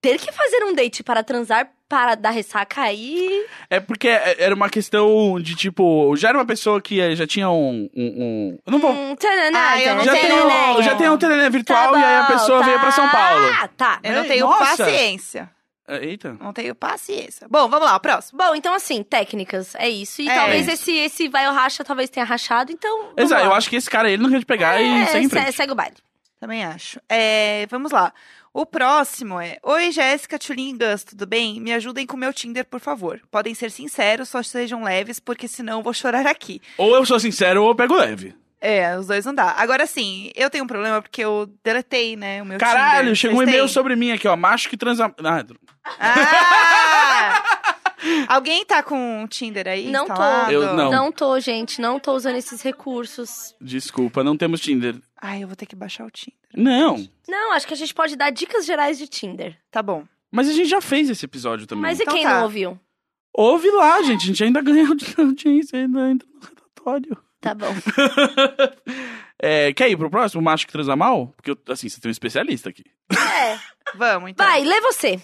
Speaker 2: ter que fazer um date para transar, para dar ressaca, aí...
Speaker 1: É porque é- era uma questão de tipo, já era uma pessoa que eh, já tinha um. um- um- Eu não vou.
Speaker 2: Hum, tchananã,
Speaker 3: Ah, eu não
Speaker 1: já,
Speaker 3: sei,
Speaker 1: tem
Speaker 3: tenho-
Speaker 2: tchananã.
Speaker 1: um, já tem um telelé virtual e aí a pessoa veio pra São Paulo.
Speaker 2: Ah, tá.
Speaker 3: Eu não
Speaker 1: Ei,
Speaker 3: tenho
Speaker 1: É, nossa!
Speaker 3: paciência.
Speaker 1: Eh, Eita.
Speaker 3: Não tenho paciência. Bom, vamos lá, o próximo.
Speaker 2: Bom, então assim, técnicas, é isso. E
Speaker 3: É.
Speaker 2: talvez esse, esse vai ou racha, talvez tenha rachado, então. vamos
Speaker 1: Exato,
Speaker 2: lá.
Speaker 1: eu acho que esse cara ele não quer te pegar e
Speaker 2: É,
Speaker 1: segue em
Speaker 2: se-
Speaker 1: frente.
Speaker 2: segue o baile.
Speaker 3: Também acho. É, vamos lá. O próximo é: Oi, Jéssica, Tulin e Gus, tudo bem? Me ajudem com o meu Tinder, por favor. Podem ser sinceros, só sejam leves, porque senão eu vou chorar aqui.
Speaker 1: Ou eu sou sincero ou eu pego leve.
Speaker 3: É, os dois não dá. Agora sim, eu tenho um problema porque eu deletei, né? O meu
Speaker 1: Caralho,
Speaker 3: Tinder.
Speaker 1: chegou um
Speaker 3: Vocês
Speaker 1: e-mail
Speaker 3: têm?
Speaker 1: sobre mim aqui, ó. Macho que transa. Ah,
Speaker 3: Ah! Alguém tá
Speaker 1: um
Speaker 3: com o Tinder aí?
Speaker 1: Tá
Speaker 2: Não tô.
Speaker 3: instalado?
Speaker 1: Eu não.
Speaker 2: Não tô, gente, não tô usando esses recursos.
Speaker 1: desculpa, não temos Tinder.
Speaker 3: Ai, eu vou ter que baixar o Tinder.
Speaker 1: Não.
Speaker 2: Não, acho que a gente pode dar dicas gerais de Tinder.
Speaker 3: Tá bom.
Speaker 1: Mas a gente já fez esse episódio também.
Speaker 2: Mas é
Speaker 3: Então
Speaker 2: e quem
Speaker 3: tá.
Speaker 2: não ouviu?
Speaker 1: Ouve lá, gente. A gente ainda ganha [laughs] audi- audiência, ainda entra no relatório.
Speaker 2: Tá bom.
Speaker 1: É, quer ir pro próximo? Macho que transa mal? Porque, eu- assim, você tem um especialista aqui.
Speaker 2: É.
Speaker 3: Vamos, então.
Speaker 1: [laughs]
Speaker 2: Vai, lê você.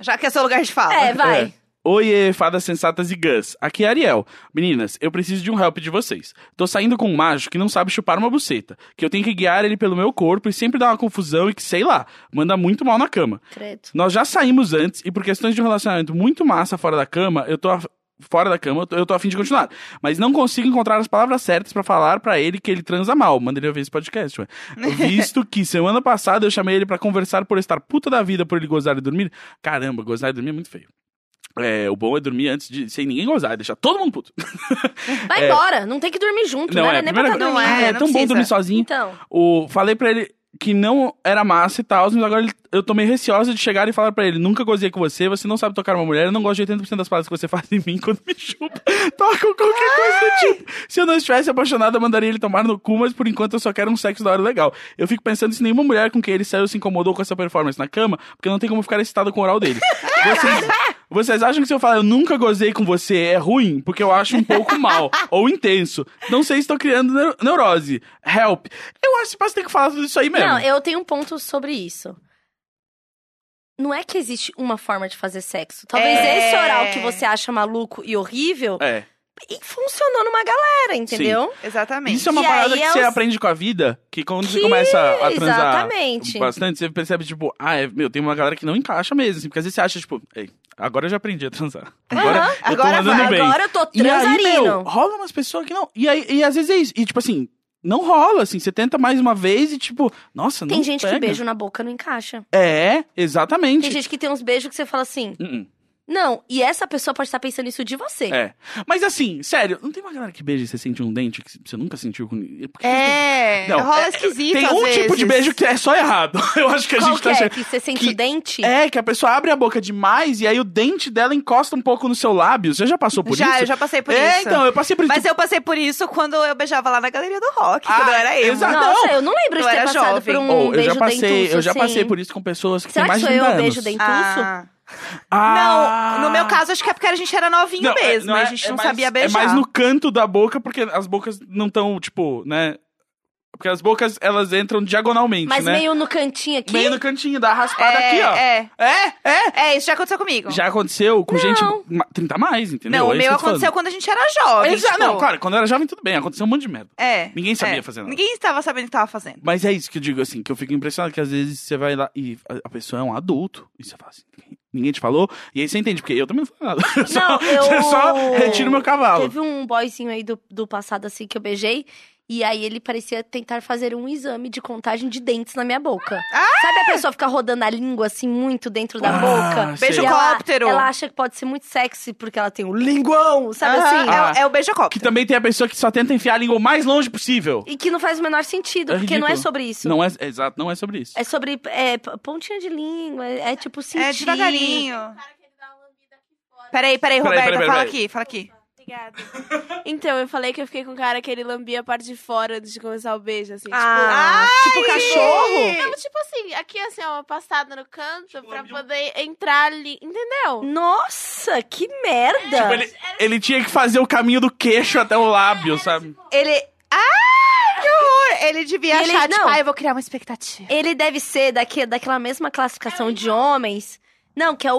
Speaker 3: Já que é seu lugar de
Speaker 1: [laughs]
Speaker 3: fala.
Speaker 2: É, vai.
Speaker 1: É. Oiê, fadas sensatas e Gus. Aqui é a Ariel. Meninas, eu preciso de um help de vocês. Tô saindo com um macho que não sabe chupar uma buceta, que eu tenho que guiar ele pelo meu corpo e sempre dá uma confusão e que, sei lá, manda muito mal na cama.
Speaker 2: Credo.
Speaker 1: Nós já saímos antes e por questões de um relacionamento muito massa fora da cama, eu tô af- fora da cama, eu tô, eu tô afim de continuar. Mas não consigo encontrar as palavras certas pra falar pra ele que ele transa mal. Manda ele ouvir esse podcast,
Speaker 2: [laughs]
Speaker 1: ué. Visto que semana passada eu chamei ele pra conversar por estar puta da vida por ele gozar e dormir. Caramba, gozar e dormir é muito feio. É, o bom é dormir antes de sem ninguém gozar, deixar todo mundo puto.
Speaker 2: Vai embora, não tem que dormir junto, não,
Speaker 1: É. não,
Speaker 2: era
Speaker 1: é,
Speaker 2: né? nem pra
Speaker 1: primeira coisa.
Speaker 2: estar
Speaker 3: Não
Speaker 2: dormindo.
Speaker 1: Ah, é
Speaker 3: não
Speaker 1: tão bom
Speaker 3: precisa.
Speaker 1: dormir sozinho.
Speaker 2: Então,
Speaker 1: O, falei pra ele que não era massa e tal, mas agora ele- eu tô meio receosa de chegar e falar pra ele: nunca gozei com você, você não sabe tocar uma mulher, eu não gosto de 80% das palavras que você [laughs] faz em mim quando me chupa. [laughs] Toca ou qualquer coisa do tipo. Se eu não estivesse apaixonada, eu mandaria ele tomar no cu, mas por enquanto eu só quero um sexo da hora legal. Eu fico pensando se nenhuma mulher com quem ele saiu se incomodou com essa performance na cama, porque não tem como ficar excitado com o oral dele. Vocês, vocês acham que se eu falar eu nunca gozei com você é ruim? Porque eu acho um pouco mal ou intenso. Não sei se estou criando neu- neurose. Help. Eu acho que você tem que falar tudo isso aí mesmo.
Speaker 2: não, eu tenho um ponto sobre isso. Não é que existe uma forma de fazer sexo. Talvez
Speaker 3: É.
Speaker 2: esse oral que você acha maluco e horrível
Speaker 1: É.
Speaker 2: e funcionou numa galera, entendeu?
Speaker 3: Exatamente.
Speaker 1: Isso é uma
Speaker 2: E
Speaker 1: parada
Speaker 2: aí
Speaker 1: que
Speaker 2: é
Speaker 1: você
Speaker 2: os-
Speaker 1: aprende com a vida, que quando você
Speaker 2: Que-
Speaker 1: começa a transar
Speaker 2: Exatamente.
Speaker 1: bastante, você percebe, tipo, ah, é, meu, tem uma galera que não encaixa mesmo, assim, porque às vezes você acha, tipo, ei, agora eu já aprendi a transar. Agora
Speaker 2: Aham.
Speaker 1: eu tô
Speaker 3: Agora
Speaker 1: andando
Speaker 3: vai,
Speaker 1: bem.
Speaker 2: Agora eu tô
Speaker 1: E aí, meu,
Speaker 2: transarino.
Speaker 1: rola umas pessoas que não. E aí, e às vezes é isso. E tipo assim, não rola, assim. Você tenta mais uma vez e tipo, nossa, não
Speaker 2: Tem gente
Speaker 1: pega.
Speaker 2: que beijo na boca não encaixa.
Speaker 1: É,
Speaker 2: Tem
Speaker 1: exatamente.
Speaker 2: gente que tem uns beijos que você fala assim,
Speaker 1: Uh-uh.
Speaker 2: Não, e essa pessoa pode estar pensando isso de você.
Speaker 1: É. Mas assim, sério, não tem uma galera que beija e você sente um dente que você nunca sentiu com. Por que
Speaker 6: [laughs] É,
Speaker 1: Não,
Speaker 6: rola esquisito
Speaker 1: Tem
Speaker 6: às
Speaker 1: um tipo de
Speaker 6: vezes.
Speaker 1: beijo que é só errado. [laughs] Eu acho que a
Speaker 2: Qual
Speaker 1: gente
Speaker 2: que
Speaker 1: tá
Speaker 2: é?
Speaker 1: achando.
Speaker 2: Que você sente
Speaker 1: que-
Speaker 2: o dente?
Speaker 1: É, que a pessoa abre a boca demais e aí o dente dela encosta um pouco no seu lábio. Você já passou é por
Speaker 6: já,
Speaker 1: isso?
Speaker 6: eu já passei por
Speaker 1: é,
Speaker 6: isso.
Speaker 1: então, eu passei por isso.
Speaker 6: Mas eu passei por isso quando eu beijava lá na galeria do rock,
Speaker 1: Ah,
Speaker 6: quando eu era emo.
Speaker 1: exato.
Speaker 2: Nossa,
Speaker 1: não.
Speaker 2: eu não lembro
Speaker 6: Eu
Speaker 2: de ter
Speaker 6: era
Speaker 2: passado
Speaker 6: jovem.
Speaker 2: por
Speaker 1: Ou,
Speaker 2: um
Speaker 1: Tipo, oh, eu
Speaker 2: beijo
Speaker 1: já passei,
Speaker 2: dentuço,
Speaker 1: eu já passei
Speaker 2: assim.
Speaker 1: por isso com pessoas que
Speaker 2: Será
Speaker 1: têm mais
Speaker 2: que
Speaker 1: de
Speaker 2: sou
Speaker 1: 30
Speaker 2: eu,
Speaker 1: anos.
Speaker 2: beijo dentuço?
Speaker 6: Ah.
Speaker 1: Ah.
Speaker 6: um Não, no meu caso, acho que é porque a gente era novinho
Speaker 1: Não, é-
Speaker 6: mesmo.
Speaker 1: não é-
Speaker 6: a gente
Speaker 1: é
Speaker 6: não
Speaker 1: mais-
Speaker 6: sabia beijar.
Speaker 1: É mais no canto da boca, porque as bocas não estão, tipo, né? Porque as bocas, elas entram diagonalmente,
Speaker 2: Mas
Speaker 1: né?
Speaker 2: meio no cantinho aqui?
Speaker 1: Meio no cantinho, dá a raspada
Speaker 6: é,
Speaker 1: aqui, ó.
Speaker 6: É,
Speaker 1: É, é.
Speaker 6: é, isso já aconteceu comigo.
Speaker 1: Já aconteceu com gente
Speaker 2: Não.
Speaker 1: ma- 30 a mais, entendeu?
Speaker 6: Não, o
Speaker 1: É isso
Speaker 6: meu
Speaker 1: que eu tô falando.
Speaker 6: aconteceu quando a gente era jovem.
Speaker 1: Exa-
Speaker 6: tipo,
Speaker 1: Não, claro, quando eu era jovem, tudo bem, aconteceu um monte de merda.
Speaker 6: É.
Speaker 1: Ninguém sabia
Speaker 6: é.
Speaker 1: fazer nada.
Speaker 6: Ninguém estava sabendo o que estava fazendo.
Speaker 1: Mas é isso que eu digo, assim, que eu fico impressionado que às vezes você vai lá e a- a pessoa é um adulto, e você fala assim, ninguém te falou, e aí você entende, porque eu também não falei nada. [laughs] Eu só,
Speaker 2: Não, eu-
Speaker 1: eu só retiro meu cavalo.
Speaker 2: Teve um boyzinho aí do, do passado, assim, que eu beijei. E aí ele parecia tentar fazer um exame de contagem de dentes na minha boca. Sabe a pessoa ficar rodando a língua, assim, muito dentro da
Speaker 1: Ah,
Speaker 2: boca?
Speaker 1: sei.
Speaker 2: E ela-
Speaker 6: Beijocóptero.
Speaker 2: Ela, acha que pode ser muito sexy porque ela tem um linguão, sabe
Speaker 6: Aham,
Speaker 2: assim?
Speaker 1: Ah.
Speaker 6: É, o- é o beijo
Speaker 1: Que
Speaker 6: copo.
Speaker 1: também tem a pessoa que só tenta enfiar a língua o mais longe possível.
Speaker 2: E que não faz o menor sentido,
Speaker 1: É
Speaker 2: porque não é
Speaker 1: ridículo.
Speaker 2: sobre isso.
Speaker 1: Não é, é exato, não é sobre isso.
Speaker 2: É sobre é, p- pontinha de língua, é, é tipo sentir.
Speaker 6: É devagarinho. Peraí, peraí,
Speaker 1: Peraí,
Speaker 6: Roberta,
Speaker 1: peraí, peraí,
Speaker 6: fala
Speaker 1: peraí.
Speaker 6: aqui, fala aqui.
Speaker 7: Obrigada. Então, eu falei que eu fiquei com o cara que ele lambia a parte de fora antes de começar o beijo, assim.
Speaker 6: Ah, tipo
Speaker 2: É
Speaker 7: Tipo,
Speaker 6: cachorro?
Speaker 7: Não, tipo assim, aqui assim, ó, uma passada no canto pra poder entrar ali, entendeu?
Speaker 2: Nossa, que merda!
Speaker 1: Tipo, ele,
Speaker 2: é
Speaker 1: ele tinha que fazer o caminho do queixo até o lábio, sabe?
Speaker 6: Ele. Ah, que horror! Ele devia
Speaker 2: Ele-
Speaker 6: achar, tipo,
Speaker 2: não.
Speaker 6: ah, eu vou criar uma expectativa.
Speaker 2: Ele deve ser daque, daquela mesma classificação de homens. Não, que é o,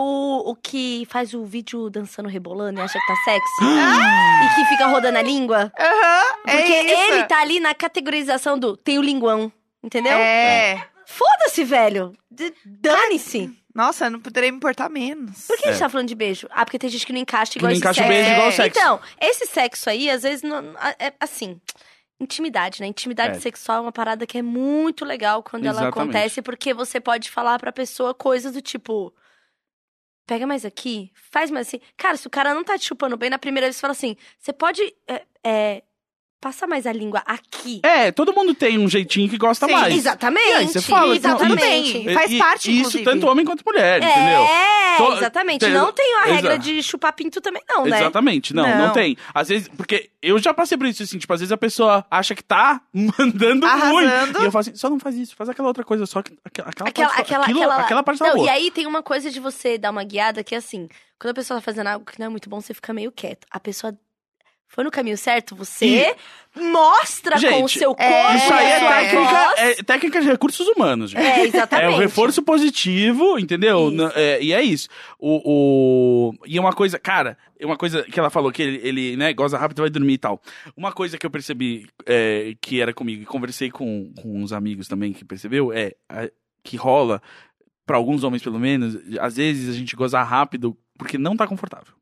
Speaker 2: o que faz o vídeo dançando rebolando e acha que tá sexy. e que fica rodando a língua.
Speaker 1: é
Speaker 6: Aham,
Speaker 3: É
Speaker 2: Porque ele tá ali na categorização do tem o linguão, entendeu?
Speaker 6: É.
Speaker 2: Foda-se, velho. D- Dane-se.
Speaker 6: Nossa, eu não poderia me importar menos.
Speaker 2: Por que a
Speaker 1: É.
Speaker 2: gente tá falando de beijo? Ah, porque tem gente que não encaixa
Speaker 1: Que
Speaker 2: igual
Speaker 1: não
Speaker 2: esse
Speaker 1: encaixa o
Speaker 2: sexo.
Speaker 1: beijo
Speaker 6: É.
Speaker 1: igual o sexo.
Speaker 2: Então, esse sexo aí, às vezes, não, a- é assim. Intimidade, né? Intimidade
Speaker 1: É.
Speaker 2: sexual é uma parada que é muito legal quando ela
Speaker 1: Exatamente.
Speaker 2: acontece, porque você pode falar pra pessoa coisas do tipo. Pega mais aqui, faz mais assim. Cara, se o cara não tá te chupando bem, na primeira vez você fala assim: você pode é, é, passar mais a língua aqui.
Speaker 1: É, todo mundo tem um jeitinho que gosta
Speaker 6: Sim,
Speaker 1: mais.
Speaker 2: Exatamente.
Speaker 1: E aí, você fala,
Speaker 6: tá tudo bem.
Speaker 2: exatamente.
Speaker 6: Faz parte,
Speaker 1: e Isso
Speaker 6: inclusive.
Speaker 1: tanto homem quanto mulher, entendeu?
Speaker 2: É,
Speaker 1: Tô-
Speaker 2: exatamente.
Speaker 1: tem-
Speaker 2: Não tem a
Speaker 1: exa-
Speaker 2: regra de chupar pinto também, não, né?
Speaker 1: Exatamente, não, não,
Speaker 6: Não.
Speaker 1: tem. Às vezes, porque eu já passei por isso, assim, tipo, às vezes a pessoa acha que tá [laughs] mandando
Speaker 6: Arrasando.
Speaker 1: muito. E eu falo assim, só não faz isso, faz aquela outra coisa, só que aquela, aquela,
Speaker 2: Aquela-
Speaker 1: parte,
Speaker 2: aquela-
Speaker 1: aquilo-
Speaker 2: aquela-
Speaker 1: parte da
Speaker 2: Não,
Speaker 1: boa.
Speaker 2: e aí tem uma coisa de você dar uma guiada que é assim, quando a pessoa tá fazendo algo que não é muito bom, você fica meio quieto. A pessoa foi no caminho certo, você mostra com o
Speaker 1: Gente,
Speaker 2: seu corpo.
Speaker 6: é,
Speaker 1: Isso aí é,
Speaker 2: com a sua
Speaker 1: técnica,
Speaker 2: voz.
Speaker 1: é técnica de recursos humanos, gente.
Speaker 2: É, exatamente.
Speaker 1: É o reforço positivo, entendeu?
Speaker 2: Isso.
Speaker 1: N- é, e é isso. O, o- E é uma coisa, cara, é uma coisa que ela falou, que ele, ele, né, goza rápido, vai dormir e tal. Uma coisa que eu percebi é, que era comigo, e conversei com, com uns amigos também que percebeu, é a- que rola, pra alguns homens pelo menos, às vezes a gente goza rápido porque não tá confortável.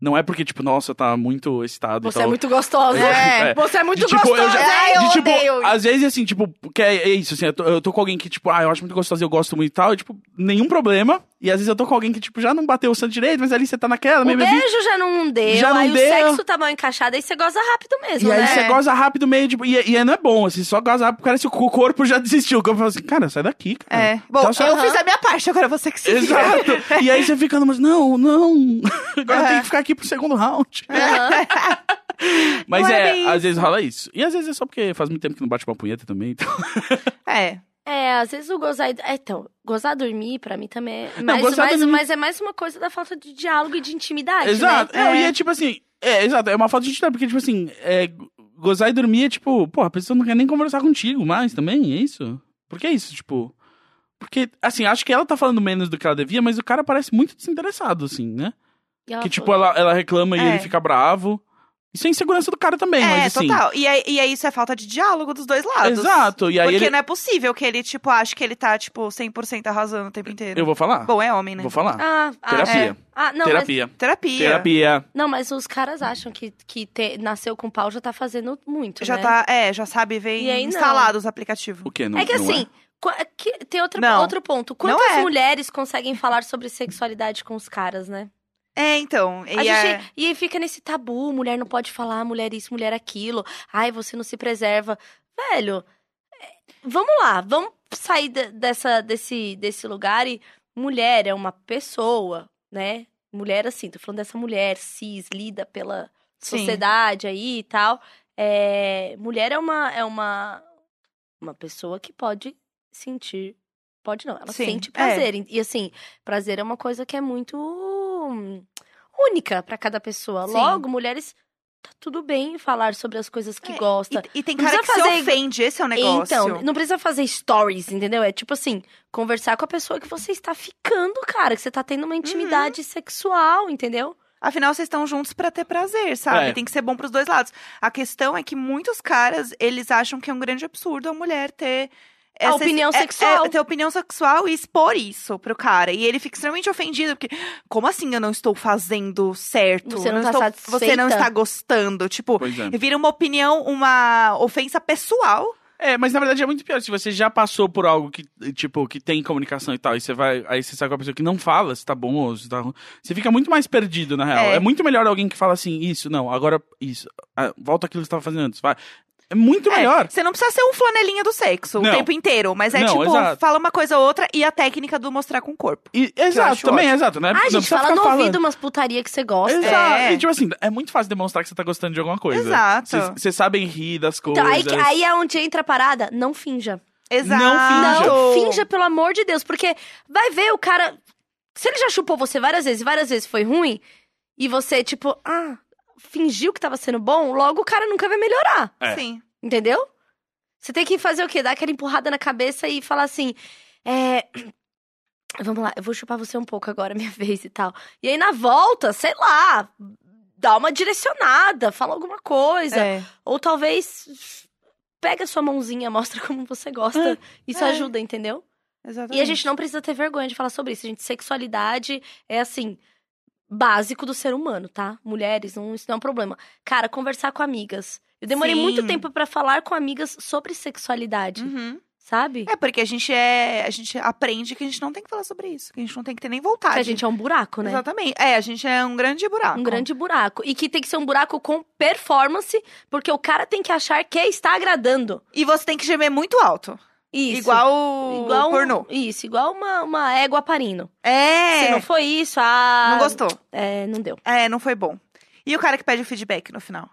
Speaker 1: Não é porque, tipo, nossa, tá muito excitado e
Speaker 2: Você
Speaker 1: tal.
Speaker 2: é muito gostosa.
Speaker 6: É.
Speaker 2: Você é muito
Speaker 1: De, tipo,
Speaker 2: gostosa.
Speaker 1: eu já-
Speaker 6: Ai, eu
Speaker 1: de, tipo,
Speaker 6: odeio
Speaker 1: às vezes, assim, tipo, que é, é isso, assim, eu tô, eu tô com alguém que, tipo, ah, eu acho muito gostosa, eu gosto muito e tal, e, tipo, nenhum problema. E às vezes eu tô com alguém que, tipo, já não bateu o santo direito, mas ali você tá naquela,
Speaker 2: O
Speaker 1: meio bebida.
Speaker 2: beijo já não deu,
Speaker 1: Já não
Speaker 2: aí
Speaker 1: deu.
Speaker 2: o sexo tá mal encaixado, aí você goza rápido mesmo,
Speaker 1: E aí
Speaker 2: né?
Speaker 1: você goza rápido, meio, tipo, e, e aí não é bom, assim, só goza rápido, parece que o corpo já [laughs] desistiu. O corpo fala assim, cara, sai daqui, cara.
Speaker 6: É. Bom,
Speaker 1: Então, só-
Speaker 6: eu fiz a minha parte, agora é você que se vira.
Speaker 1: Exato. e aí você fica, mas não, não. [laughs] Agora tem que ficar aqui pro segundo round.
Speaker 2: Aham.
Speaker 1: Mas
Speaker 6: Não é
Speaker 1: é,
Speaker 6: bem
Speaker 1: às vezes rola isso. E às vezes é só porque faz muito tempo que não bate uma punheta também. Então...
Speaker 6: [laughs] É.
Speaker 2: É, às vezes o gozar. e- é, Então, gozar dormir, pra mim também é.
Speaker 1: Não,
Speaker 2: Mas,
Speaker 1: gozar
Speaker 2: mas-
Speaker 1: dormir-
Speaker 2: mas é mais uma coisa da falta de diálogo e de intimidade. né?
Speaker 1: Exato. Não,
Speaker 6: É.
Speaker 1: e é tipo assim. É, exato. É uma falta de intimidade, porque, tipo assim, é, gozar e dormir é tipo, pô, a pessoa não quer nem conversar contigo mais também, é isso? Por que isso, tipo? Porque, assim, acho que ela tá falando menos do que ela devia, mas o cara parece muito desinteressado, assim, né?
Speaker 2: E ela
Speaker 1: que,
Speaker 2: falou-
Speaker 1: tipo, ela, ela reclama e
Speaker 6: É.
Speaker 1: ele fica bravo. Isso é insegurança do cara também,
Speaker 6: é,
Speaker 1: mas assim.
Speaker 6: total. E aí, e aí isso é falta de diálogo dos dois lados.
Speaker 1: Exato. E aí
Speaker 6: Porque
Speaker 1: ele.
Speaker 6: não é possível que ele, tipo, ache que ele tá, tipo, 100% arrasando o tempo inteiro.
Speaker 1: Eu vou falar?
Speaker 6: Bom, é homem, né? é.
Speaker 1: Vou falar.
Speaker 2: Ah, ah,
Speaker 1: Terapia.
Speaker 2: Ah, não, mas,
Speaker 1: Terapia.
Speaker 6: Terapia.
Speaker 1: Terapia.
Speaker 2: não, mas os caras acham que, que ter- nasceu com pau já tá fazendo muito,
Speaker 6: Já
Speaker 2: né?
Speaker 6: tá, é, já sabe,
Speaker 2: E aí
Speaker 6: vem
Speaker 2: não.
Speaker 6: instalado os aplicativos.
Speaker 1: O quê? Não,
Speaker 2: é que
Speaker 1: não
Speaker 2: assim, qua- que- tem outro,
Speaker 6: Não.
Speaker 2: outro ponto. Quantas
Speaker 6: é.
Speaker 2: mulheres conseguem falar sobre sexualidade com os caras, né?
Speaker 3: É, então.
Speaker 2: A
Speaker 3: e é-
Speaker 2: gente- E aí fica nesse tabu, mulher não pode falar, mulher isso, mulher aquilo. Ai, você não se preserva. Velho, é, vamos lá, vamos sair de- dessa, desse, desse lugar e mulher é uma pessoa, né? Mulher, assim, tô falando dessa mulher cis, lida pela
Speaker 3: Sim.
Speaker 2: sociedade aí e tal. É, mulher é uma, é uma uma pessoa que pode sentir, pode não, ela
Speaker 3: Sim,
Speaker 2: sente
Speaker 3: é.
Speaker 2: prazer. E assim, prazer é uma coisa que é muito hum, única pra cada pessoa.
Speaker 3: Sim.
Speaker 2: Logo, mulheres tá tudo bem falar sobre as coisas que
Speaker 3: É,
Speaker 2: gosta.
Speaker 3: E, e tem
Speaker 2: Não
Speaker 3: cara que
Speaker 2: precisa fazer
Speaker 3: se ofende, esse é o negócio.
Speaker 2: Então, não precisa fazer stories, entendeu? É tipo assim, conversar com a pessoa que você está ficando, cara, que você tá
Speaker 3: Uhum.
Speaker 2: tendo uma intimidade sexual, entendeu?
Speaker 3: Afinal, vocês estão juntos pra ter prazer, sabe?
Speaker 1: É.
Speaker 3: Tem que ser bom pros dois lados. A questão é que muitos caras, eles acham que é um grande absurdo a mulher ter.
Speaker 2: A opinião
Speaker 3: é- é,
Speaker 2: sexual.
Speaker 3: ter opinião sexual e expor isso pro cara. E ele fica extremamente ofendido, porque como assim eu não estou fazendo certo?
Speaker 2: Você não
Speaker 3: Eu
Speaker 2: tá
Speaker 3: estou-
Speaker 2: satisfeita?
Speaker 3: Você não está gostando. Tipo,
Speaker 1: Pois é.
Speaker 3: vira uma opinião, uma ofensa pessoal.
Speaker 1: É, mas na verdade é muito pior. Se você já passou por algo que, tipo, que tem comunicação e tal, e você vai. Aí você sai com a pessoa que não fala se tá bom ou se tá ruim. Você fica muito mais perdido, na real. É,
Speaker 3: É.
Speaker 1: muito melhor alguém que fala assim, isso, não, agora isso. Ah, volta aquilo que você tava fazendo antes. Vai. É muito
Speaker 3: É,
Speaker 1: melhor.
Speaker 3: Você não precisa ser um flanelinha do sexo
Speaker 1: Não.
Speaker 3: o tempo inteiro, mas é
Speaker 1: Não,
Speaker 3: tipo,
Speaker 1: exato.
Speaker 3: fala uma coisa ou outra e a técnica do mostrar com o corpo.
Speaker 1: E-
Speaker 3: acho
Speaker 1: exato, também, exato. Né?
Speaker 2: Ah,
Speaker 1: não
Speaker 2: gente,
Speaker 1: precisa
Speaker 2: fala
Speaker 1: ficar
Speaker 2: no
Speaker 1: falando.
Speaker 2: ouvido umas putaria que você gosta.
Speaker 1: Exato.
Speaker 3: É.
Speaker 1: E, tipo assim, é muito fácil demonstrar que você tá gostando de alguma coisa.
Speaker 3: Exato.
Speaker 1: Vocês sabem rir das coisas.
Speaker 2: Então, aí, que- aí é onde entra a parada, não finja.
Speaker 3: Exato.
Speaker 1: finja.
Speaker 2: Não finja, pelo amor de Deus, porque vai ver o cara. Se ele já chupou você várias vezes e várias vezes foi ruim, e você, tipo, ah, fingiu que tava sendo bom, logo o cara nunca vai melhorar.
Speaker 1: É.
Speaker 3: Sim.
Speaker 2: Entendeu? Você tem que fazer o quê? Dar aquela empurrada na cabeça e falar assim: é. [clears throat] Vamos lá, eu vou chupar você um pouco agora, [laughs] minha vez e tal. E aí na volta, sei lá, dá uma direcionada, fala alguma coisa.
Speaker 3: É.
Speaker 2: Ou talvez pega sua mãozinha, [laughs] mostra como você gosta. Isso
Speaker 3: é.
Speaker 2: ajuda, entendeu?
Speaker 3: Exatamente.
Speaker 2: E a gente não precisa ter vergonha de falar sobre isso, gente. Sexualidade é assim, básico do ser humano, tá? Mulheres, não, isso não é um problema. Cara, conversar com amigas. Eu demorei
Speaker 3: Sim.
Speaker 2: muito tempo pra falar com amigas sobre sexualidade,
Speaker 3: Uhum.
Speaker 2: sabe?
Speaker 3: É porque a gente é, a gente aprende que a gente não tem que falar sobre isso, que a gente não tem que ter nem vontade.
Speaker 2: Porque a gente é um buraco, né?
Speaker 3: Exatamente. É, a gente é um grande buraco.
Speaker 2: Um grande buraco. E que tem que ser um buraco com performance, porque o cara tem que achar que está agradando.
Speaker 3: E você tem que gemer muito alto,
Speaker 2: Isso.
Speaker 3: igual o
Speaker 2: Igual um-
Speaker 3: pornô.
Speaker 2: Isso, igual uma, uma égua parindo.
Speaker 3: É.
Speaker 2: Se não foi isso, ah.
Speaker 3: Não gostou.
Speaker 2: É, não deu.
Speaker 3: É, não foi bom. E o cara que pede o feedback no final?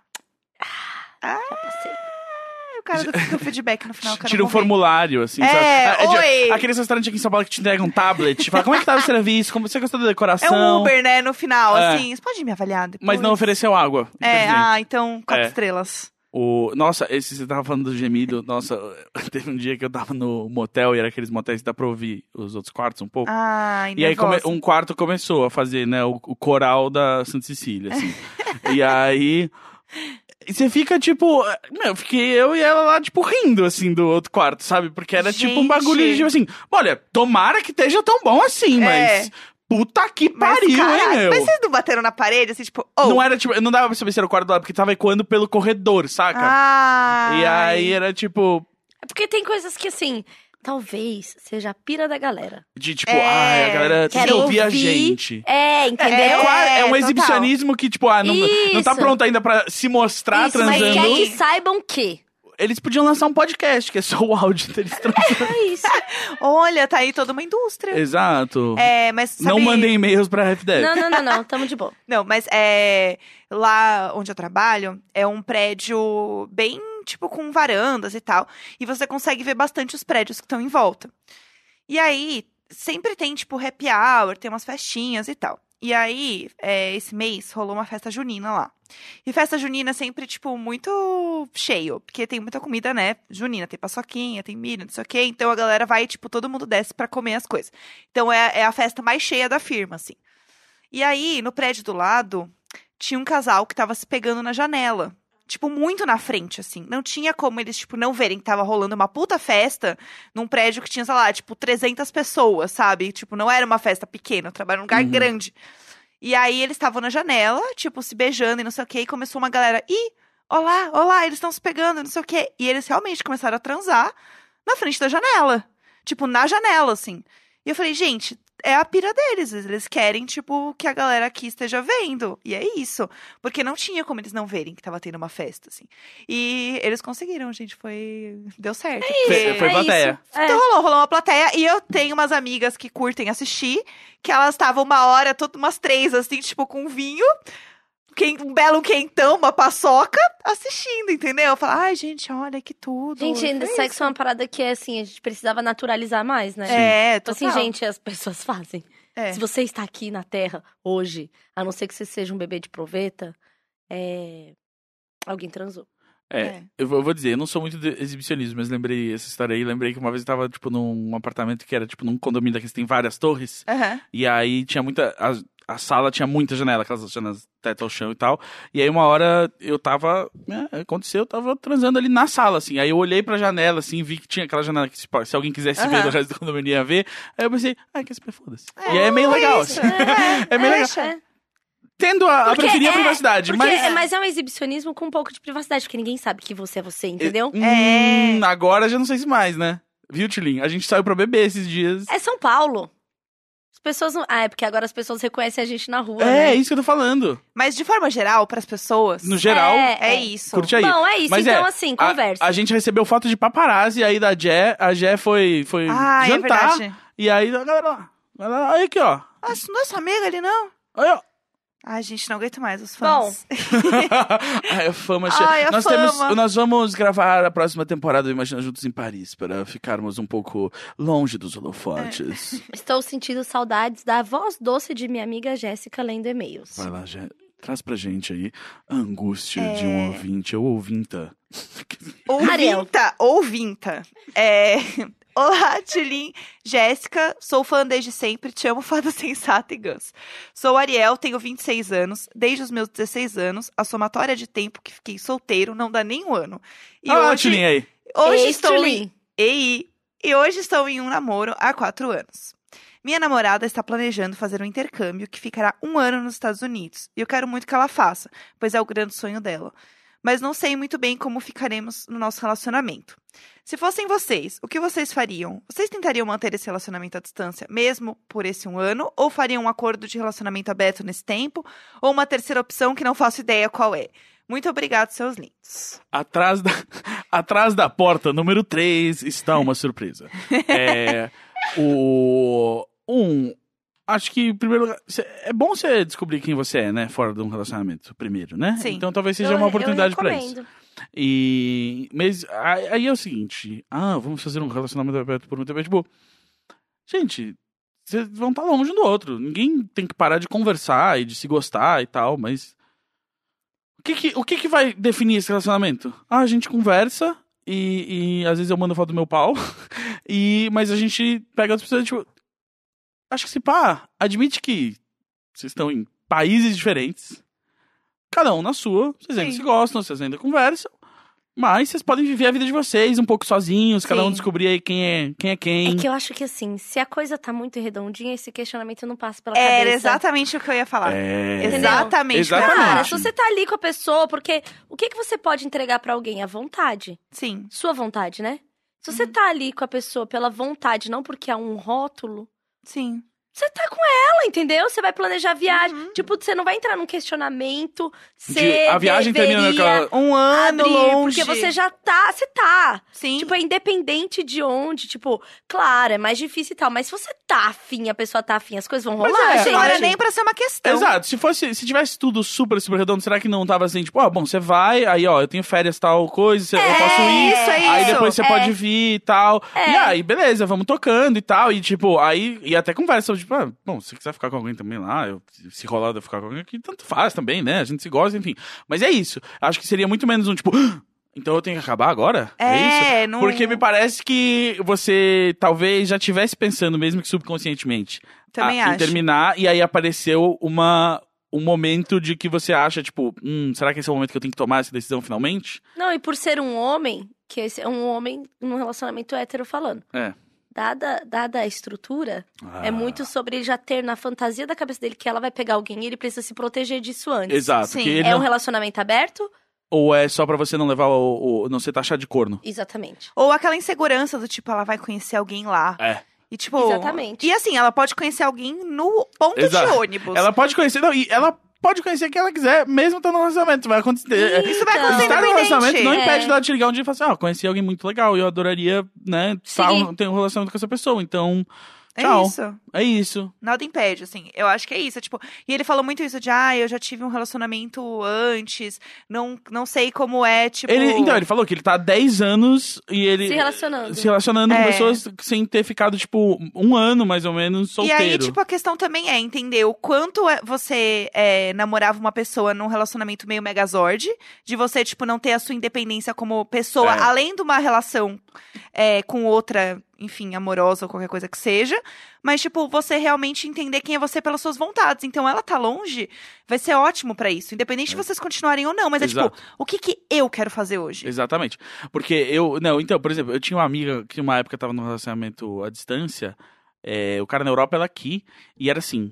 Speaker 2: Já passei.
Speaker 3: É, o cara do, do feedback
Speaker 1: [laughs]
Speaker 3: no final, cara.
Speaker 1: Tira um formulário, assim, sabe?
Speaker 3: É,
Speaker 1: de-
Speaker 3: oi.
Speaker 1: Aqueles restaurantes aqui em São Paulo que te entregam um tablet. Fala, como é que tá o [laughs] serviço? Como você gostou da
Speaker 3: É
Speaker 1: decoração?
Speaker 3: um Uber, né, no final,
Speaker 1: É.
Speaker 3: assim. Você pode me avaliar depois?
Speaker 1: Mas não ofereceu água.
Speaker 3: É,
Speaker 1: infelizmente.
Speaker 3: ah, então, quatro
Speaker 1: É.
Speaker 3: estrelas.
Speaker 1: O, nossa, esse você tava falando do gemido. Nossa, [laughs] teve um dia que eu tava no motel e era aqueles motéis que dá pra ouvir os outros quartos um pouco.
Speaker 3: Ai,
Speaker 1: e aí come-
Speaker 3: nervosa.
Speaker 1: um quarto começou a fazer, né, o, o coral da Santa Cecília, assim. e aí. e Você fica tipo. Meu, fiquei eu e ela lá, tipo, rindo, assim, do outro quarto, sabe? Porque era tipo um
Speaker 3: Gente.
Speaker 1: bagulho de tipo assim: olha, tomara que esteja tão bom assim, mas.
Speaker 3: É.
Speaker 1: Puta que
Speaker 3: Mas,
Speaker 1: pariu, hein,
Speaker 3: caralho,
Speaker 1: meu?
Speaker 3: mas vocês não bateram na parede, assim, tipo... Oh,
Speaker 1: Não era tipo. Não dava pra saber se era o quarto do lado, porque tava ecoando pelo corredor, saca?
Speaker 3: Ah,
Speaker 1: E aí era tipo.
Speaker 2: É porque tem coisas que, assim, talvez seja a pira da galera.
Speaker 1: De tipo,
Speaker 3: É,
Speaker 1: ai, a galera tem que
Speaker 2: Quero
Speaker 1: ouvir a
Speaker 2: ouvir.
Speaker 1: gente.
Speaker 2: É,
Speaker 1: É,
Speaker 2: entendeu?
Speaker 1: qua- é um
Speaker 3: total.
Speaker 1: exibicionismo que, tipo, ah, não, não tá
Speaker 2: Isso.
Speaker 1: pronto ainda pra se mostrar
Speaker 2: Isso, mas
Speaker 1: transando.
Speaker 2: quer que saibam que.
Speaker 1: Eles podiam lançar um podcast, que é só o áudio deles transando.
Speaker 2: É isso.
Speaker 3: Olha, tá aí toda uma indústria.
Speaker 1: Exato.
Speaker 3: É, mas sabe...
Speaker 1: Não mandem e-mails pra FDF.
Speaker 2: não, não, não, não. Tamo de boa.
Speaker 3: Não, mas é... Lá onde eu trabalho, é um prédio bem, tipo, com varandas e tal. E você consegue ver bastante os prédios que estão em volta. E aí, sempre tem, tipo, happy hour, tem umas festinhas e tal. E aí, é, esse mês, rolou uma festa junina lá. E festa junina é sempre, tipo, muito cheio. Porque tem muita comida, né? Junina, tem paçoquinha, tem milho, não sei o quê. Então a galera vai, tipo, todo mundo desce pra comer as coisas. Então é, é a festa mais cheia da firma, assim. E aí, no prédio do lado, tinha um casal que tava se pegando na janela. Tipo, muito na frente, assim. Não tinha como eles, tipo, não verem que tava rolando uma puta festa num prédio que tinha, sei lá, tipo, 300 pessoas, sabe? Tipo, não era uma festa pequena, eu trabalho num lugar
Speaker 1: Uhum.
Speaker 3: grande. E aí eles estavam na janela, tipo, se beijando e não sei o quê, e começou uma galera, ih, olá, olá, eles estão se pegando, não sei o quê. E eles realmente começaram a transar na frente da janela. Tipo, na janela, assim. E eu falei, gente, é a pira deles. Eles querem, tipo, que a galera aqui esteja vendo. E é isso. Porque não tinha como eles não verem que tava tendo uma festa, assim. E eles conseguiram, gente. Foi. Deu certo.
Speaker 1: Foi, foi
Speaker 7: é
Speaker 1: plateia.
Speaker 7: isso. É.
Speaker 3: Então rolou, rolou uma plateia. E eu tenho umas amigas que curtem assistir, que elas estavam uma hora, todo, umas três, assim, tipo, com vinho. Quem, um belo quentão, uma paçoca, assistindo, entendeu? Falar, ai, gente, olha que tudo.
Speaker 2: Gente, ainda
Speaker 3: Foi
Speaker 2: sexo é uma parada que é assim, a gente precisava naturalizar mais, né?
Speaker 3: isso. É,
Speaker 2: Tipo
Speaker 3: total.
Speaker 2: assim, gente, as pessoas fazem.
Speaker 3: É.
Speaker 2: Se você está aqui na Terra hoje, a não ser que você seja um bebê de proveta, é... alguém transou.
Speaker 1: É,
Speaker 3: É.
Speaker 1: Eu, vou- eu vou dizer, eu não sou muito de exibicionismo, mas lembrei essa história aí. Lembrei que uma vez eu tava, tipo, num apartamento que era, tipo, num condomínio daqueles que tem várias torres.
Speaker 3: Aham.
Speaker 1: E aí tinha muita. A, a sala tinha muita janela, aquelas janelas teto ao chão e tal. E aí uma hora eu tava. né, aconteceu, eu tava transando ali na sala, assim. Aí eu olhei pra janela, assim, vi que tinha aquela janela que se, po- se alguém quisesse ver
Speaker 3: Aham.
Speaker 1: do resto do condomínio ia ver. Aí eu pensei, ai, que super foda-se. e aí é meio legal, assim. É, meio legal.
Speaker 2: É.
Speaker 1: Tendo a, a
Speaker 2: Porque
Speaker 1: preferir a
Speaker 2: é-
Speaker 1: privacidade,
Speaker 2: Porque,
Speaker 1: mas.
Speaker 2: é, mas é um exibicionismo com um pouco de privacidade, porque ninguém sabe que você é você, entendeu? É.
Speaker 1: Hum, agora já não sei se mais, né? Viu, Tilin? A gente saiu pra beber esses dias.
Speaker 2: É São Paulo. As pessoas não. Ah, é porque agora as pessoas reconhecem a gente na rua.
Speaker 1: É,
Speaker 2: né?
Speaker 1: isso que eu tô falando.
Speaker 3: Mas de forma geral, pras pessoas,
Speaker 1: No geral,
Speaker 3: é,
Speaker 2: É, é.
Speaker 3: isso.
Speaker 1: curte aí.
Speaker 2: Bom, é isso.
Speaker 1: Mas
Speaker 2: então,
Speaker 1: é,
Speaker 2: assim,
Speaker 1: A-
Speaker 2: conversa.
Speaker 1: A, gente recebeu foto de paparazzi aí da Jé. A Jé foi, foi
Speaker 3: Ah, é
Speaker 1: jantar.
Speaker 3: verdade.
Speaker 1: e aí, a galera lá. a galera lá, Olha aqui, ó.
Speaker 3: Nossa, não é sua amiga ali, não?
Speaker 1: Olha,
Speaker 3: [laughs]
Speaker 1: ó. [laughs]
Speaker 3: Ai, gente, não aguento mais os fãs. Bom,
Speaker 1: Ai, a fama
Speaker 3: Ai,
Speaker 1: chega.
Speaker 3: a
Speaker 1: Nós,
Speaker 3: fama.
Speaker 1: temos- nós vamos gravar a próxima temporada do Imagina Juntos em Paris para ficarmos um pouco longe dos
Speaker 3: É.
Speaker 1: holofotes.
Speaker 2: Estou sentindo saudades da voz doce de minha amiga Jéssica lendo
Speaker 1: [laughs]
Speaker 2: e-mails.
Speaker 1: Vai lá, Jé. Traz pra gente aí a angústia de
Speaker 3: É.
Speaker 1: um ouvinte ou ouvinta.
Speaker 2: Ariel.
Speaker 3: [laughs] ouvinta, ouvinta. É... [laughs] Olá, Tilin, Jéssica, sou fã desde sempre, te amo, [laughs] fada sensata e ganso. Sou Ariel, tenho 26 anos, desde os meus 16 anos, a somatória de tempo que fiquei solteiro não dá nem um ano. E
Speaker 1: Olha lá,
Speaker 3: hoje,
Speaker 1: Ah, Tilin aí.
Speaker 3: hoje
Speaker 2: Ei,
Speaker 3: estou em
Speaker 2: Tulin.
Speaker 3: EI, e hoje estou em um namoro há quatro anos. Minha namorada está planejando fazer um intercâmbio que ficará um ano nos Estados Unidos, e eu quero muito que ela faça, pois é o grande sonho dela. Mas não sei muito bem como ficaremos no nosso relacionamento. Se fossem vocês, o que vocês fariam? Vocês tentariam manter esse relacionamento à distância, mesmo por esse um ano? Ou fariam um acordo de relacionamento aberto nesse tempo? Ou uma terceira opção que não faço ideia qual é? Muito obrigado, seus lindos.
Speaker 1: Atrás da, [laughs] atrás da porta número 3 está uma
Speaker 2: [laughs]
Speaker 1: surpresa. É, o. Um. Acho que, em primeiro lugar, cê- é bom você descobrir quem você é, né? Fora de um relacionamento, primeiro, né?
Speaker 3: Sim.
Speaker 1: Então talvez seja
Speaker 2: Eu-
Speaker 1: uma
Speaker 2: eu
Speaker 1: oportunidade pra isso.
Speaker 2: recomendo.
Speaker 1: E. Mas aí aí é o seguinte: ah, vamos fazer um relacionamento aberto por muito tempo. É Tipo, gente, vocês vão estar longe um do outro. Ninguém tem que parar de conversar e de se gostar e tal, mas. O que que, o que, que vai definir esse relacionamento? Ah, a gente conversa e, e às vezes eu mando foto do meu pau, [laughs] e, mas a gente pega as pessoas tipo. Acho que se pá, admite que vocês estão em países diferentes. Cada um na sua, vocês ainda
Speaker 3: Sim.
Speaker 1: se gostam, vocês ainda conversam. Mas vocês podem viver a vida de vocês um pouco sozinhos, cada um
Speaker 3: Sim.
Speaker 1: descobrir aí quem é quem. É quem.
Speaker 2: É que eu acho que assim, se a coisa tá muito redondinha, esse questionamento não passa pela
Speaker 3: Era
Speaker 2: cabeça.
Speaker 3: exatamente o que eu ia falar.
Speaker 1: É.
Speaker 3: Exatamente.
Speaker 1: Exatamente.
Speaker 2: Cara,
Speaker 3: Cara,
Speaker 2: se você tá ali com a pessoa, porque o que, que você pode entregar pra alguém? A vontade.
Speaker 3: Sim.
Speaker 2: Sua vontade, né? Se
Speaker 1: Uhum.
Speaker 2: você tá ali com a pessoa pela vontade, não porque há um rótulo,
Speaker 3: Sim.
Speaker 2: você tá com ela, entendeu? Você vai planejar a viagem. Tipo, você não vai entrar num questionamento. Você
Speaker 1: Uhum. a viagem termina
Speaker 2: deveria
Speaker 1: naquela-
Speaker 3: Um ano
Speaker 2: abrir,
Speaker 3: longe.
Speaker 2: Porque você já tá, você tá.
Speaker 3: Sim.
Speaker 2: Tipo, é independente de onde, tipo, claro, é mais difícil e tal, mas se você tá afim, a pessoa tá afim, as coisas vão
Speaker 1: Mas
Speaker 2: rolar,
Speaker 1: é,
Speaker 2: gente.
Speaker 3: não era
Speaker 1: gente.
Speaker 3: nem pra ser uma questão.
Speaker 1: Exato. Se fosse, se tivesse tudo super, super redondo, será que não tava assim, tipo, ó, bom, você vai, aí ó, eu tenho férias, tal coisa, cê- eu posso ir.
Speaker 3: isso, é
Speaker 1: Aí
Speaker 3: isso.
Speaker 1: depois você
Speaker 2: É.
Speaker 1: pode vir e tal. E aí, beleza, vamos tocando e tal. E tipo, aí, e até conversa, tipo, ah, bom, se você quiser ficar com alguém também lá, eu, se rolar de eu ficar com alguém aqui, tanto faz também, né? A gente se gosta, enfim. Mas é isso. Acho que seria muito menos um tipo, "Ah, então eu tenho que acabar agora? isso?
Speaker 3: É, não.
Speaker 1: Porque me parece que você talvez já tivesse pensando, mesmo que subconscientemente,
Speaker 3: Também
Speaker 1: a- em
Speaker 3: acho.
Speaker 1: terminar, Ah, e aí apareceu uma, um momento de que você acha, tipo, hum, será que esse é o momento que eu tenho que tomar essa decisão finalmente?
Speaker 2: Não, e por ser um homem, que esse é um homem num relacionamento hétero falando.
Speaker 1: É.
Speaker 2: Dada, dada a estrutura,
Speaker 1: Ah.
Speaker 2: é muito sobre ele já ter na fantasia da cabeça dele que ela vai pegar alguém e ele precisa se proteger disso antes.
Speaker 1: Exato.
Speaker 3: Sim,
Speaker 1: que ele
Speaker 2: É
Speaker 1: não-
Speaker 2: um relacionamento aberto?
Speaker 1: Ou é só pra você não levar o, o- não ser taxado de corno.
Speaker 2: Exatamente.
Speaker 3: Ou aquela insegurança do tipo, ela vai conhecer alguém lá.
Speaker 1: É.
Speaker 3: E tipo.
Speaker 2: Exatamente.
Speaker 3: E assim, ela pode conhecer alguém no ponto
Speaker 1: Exato.
Speaker 3: de ônibus.
Speaker 1: Ela pode conhecer, não, e ela pode conhecer quem ela quiser, mesmo estando no relacionamento. Vai acontecer. É,
Speaker 3: Isso vai
Speaker 2: Então,
Speaker 3: acontecer
Speaker 1: Estar no
Speaker 3: independente.
Speaker 1: relacionamento não
Speaker 2: É.
Speaker 1: impede dela te ligar um dia e falar assim: ó, conheci alguém muito legal e eu adoraria, né, tal,
Speaker 2: Seguir.
Speaker 1: ter um relacionamento com essa pessoa. Então,
Speaker 3: É
Speaker 1: Tchau.
Speaker 3: isso.
Speaker 1: é isso.
Speaker 3: Nada impede, assim. Eu acho que é isso. é Tipo, e ele falou muito isso de, ah, eu já tive um relacionamento antes, não, não sei como é, tipo.
Speaker 1: Ele, então, ele falou que ele tá há 10 anos e ele.
Speaker 2: Se relacionando.
Speaker 1: se relacionando com
Speaker 3: É.
Speaker 1: pessoas sem ter ficado, tipo, um ano mais ou menos solteiro.
Speaker 3: E aí, tipo, a questão também é entender o quanto é- você é, namorava uma pessoa num relacionamento meio megazord, de você, tipo, não ter a sua independência como pessoa,
Speaker 1: É.
Speaker 3: além de uma relação é, com outra, enfim, amorosa ou qualquer coisa que seja. Mas, tipo, você realmente entender quem é você pelas suas vontades. Então, ela tá longe, vai ser ótimo pra isso. Independente de vocês continuarem ou não. Mas é
Speaker 1: É. Exato.
Speaker 3: tipo, o que que eu quero fazer hoje?
Speaker 1: Exatamente. Porque eu. Não, então, por exemplo, eu tinha uma amiga que uma época tava num relacionamento à distância. é, o cara na Europa, ela aqui. E era assim.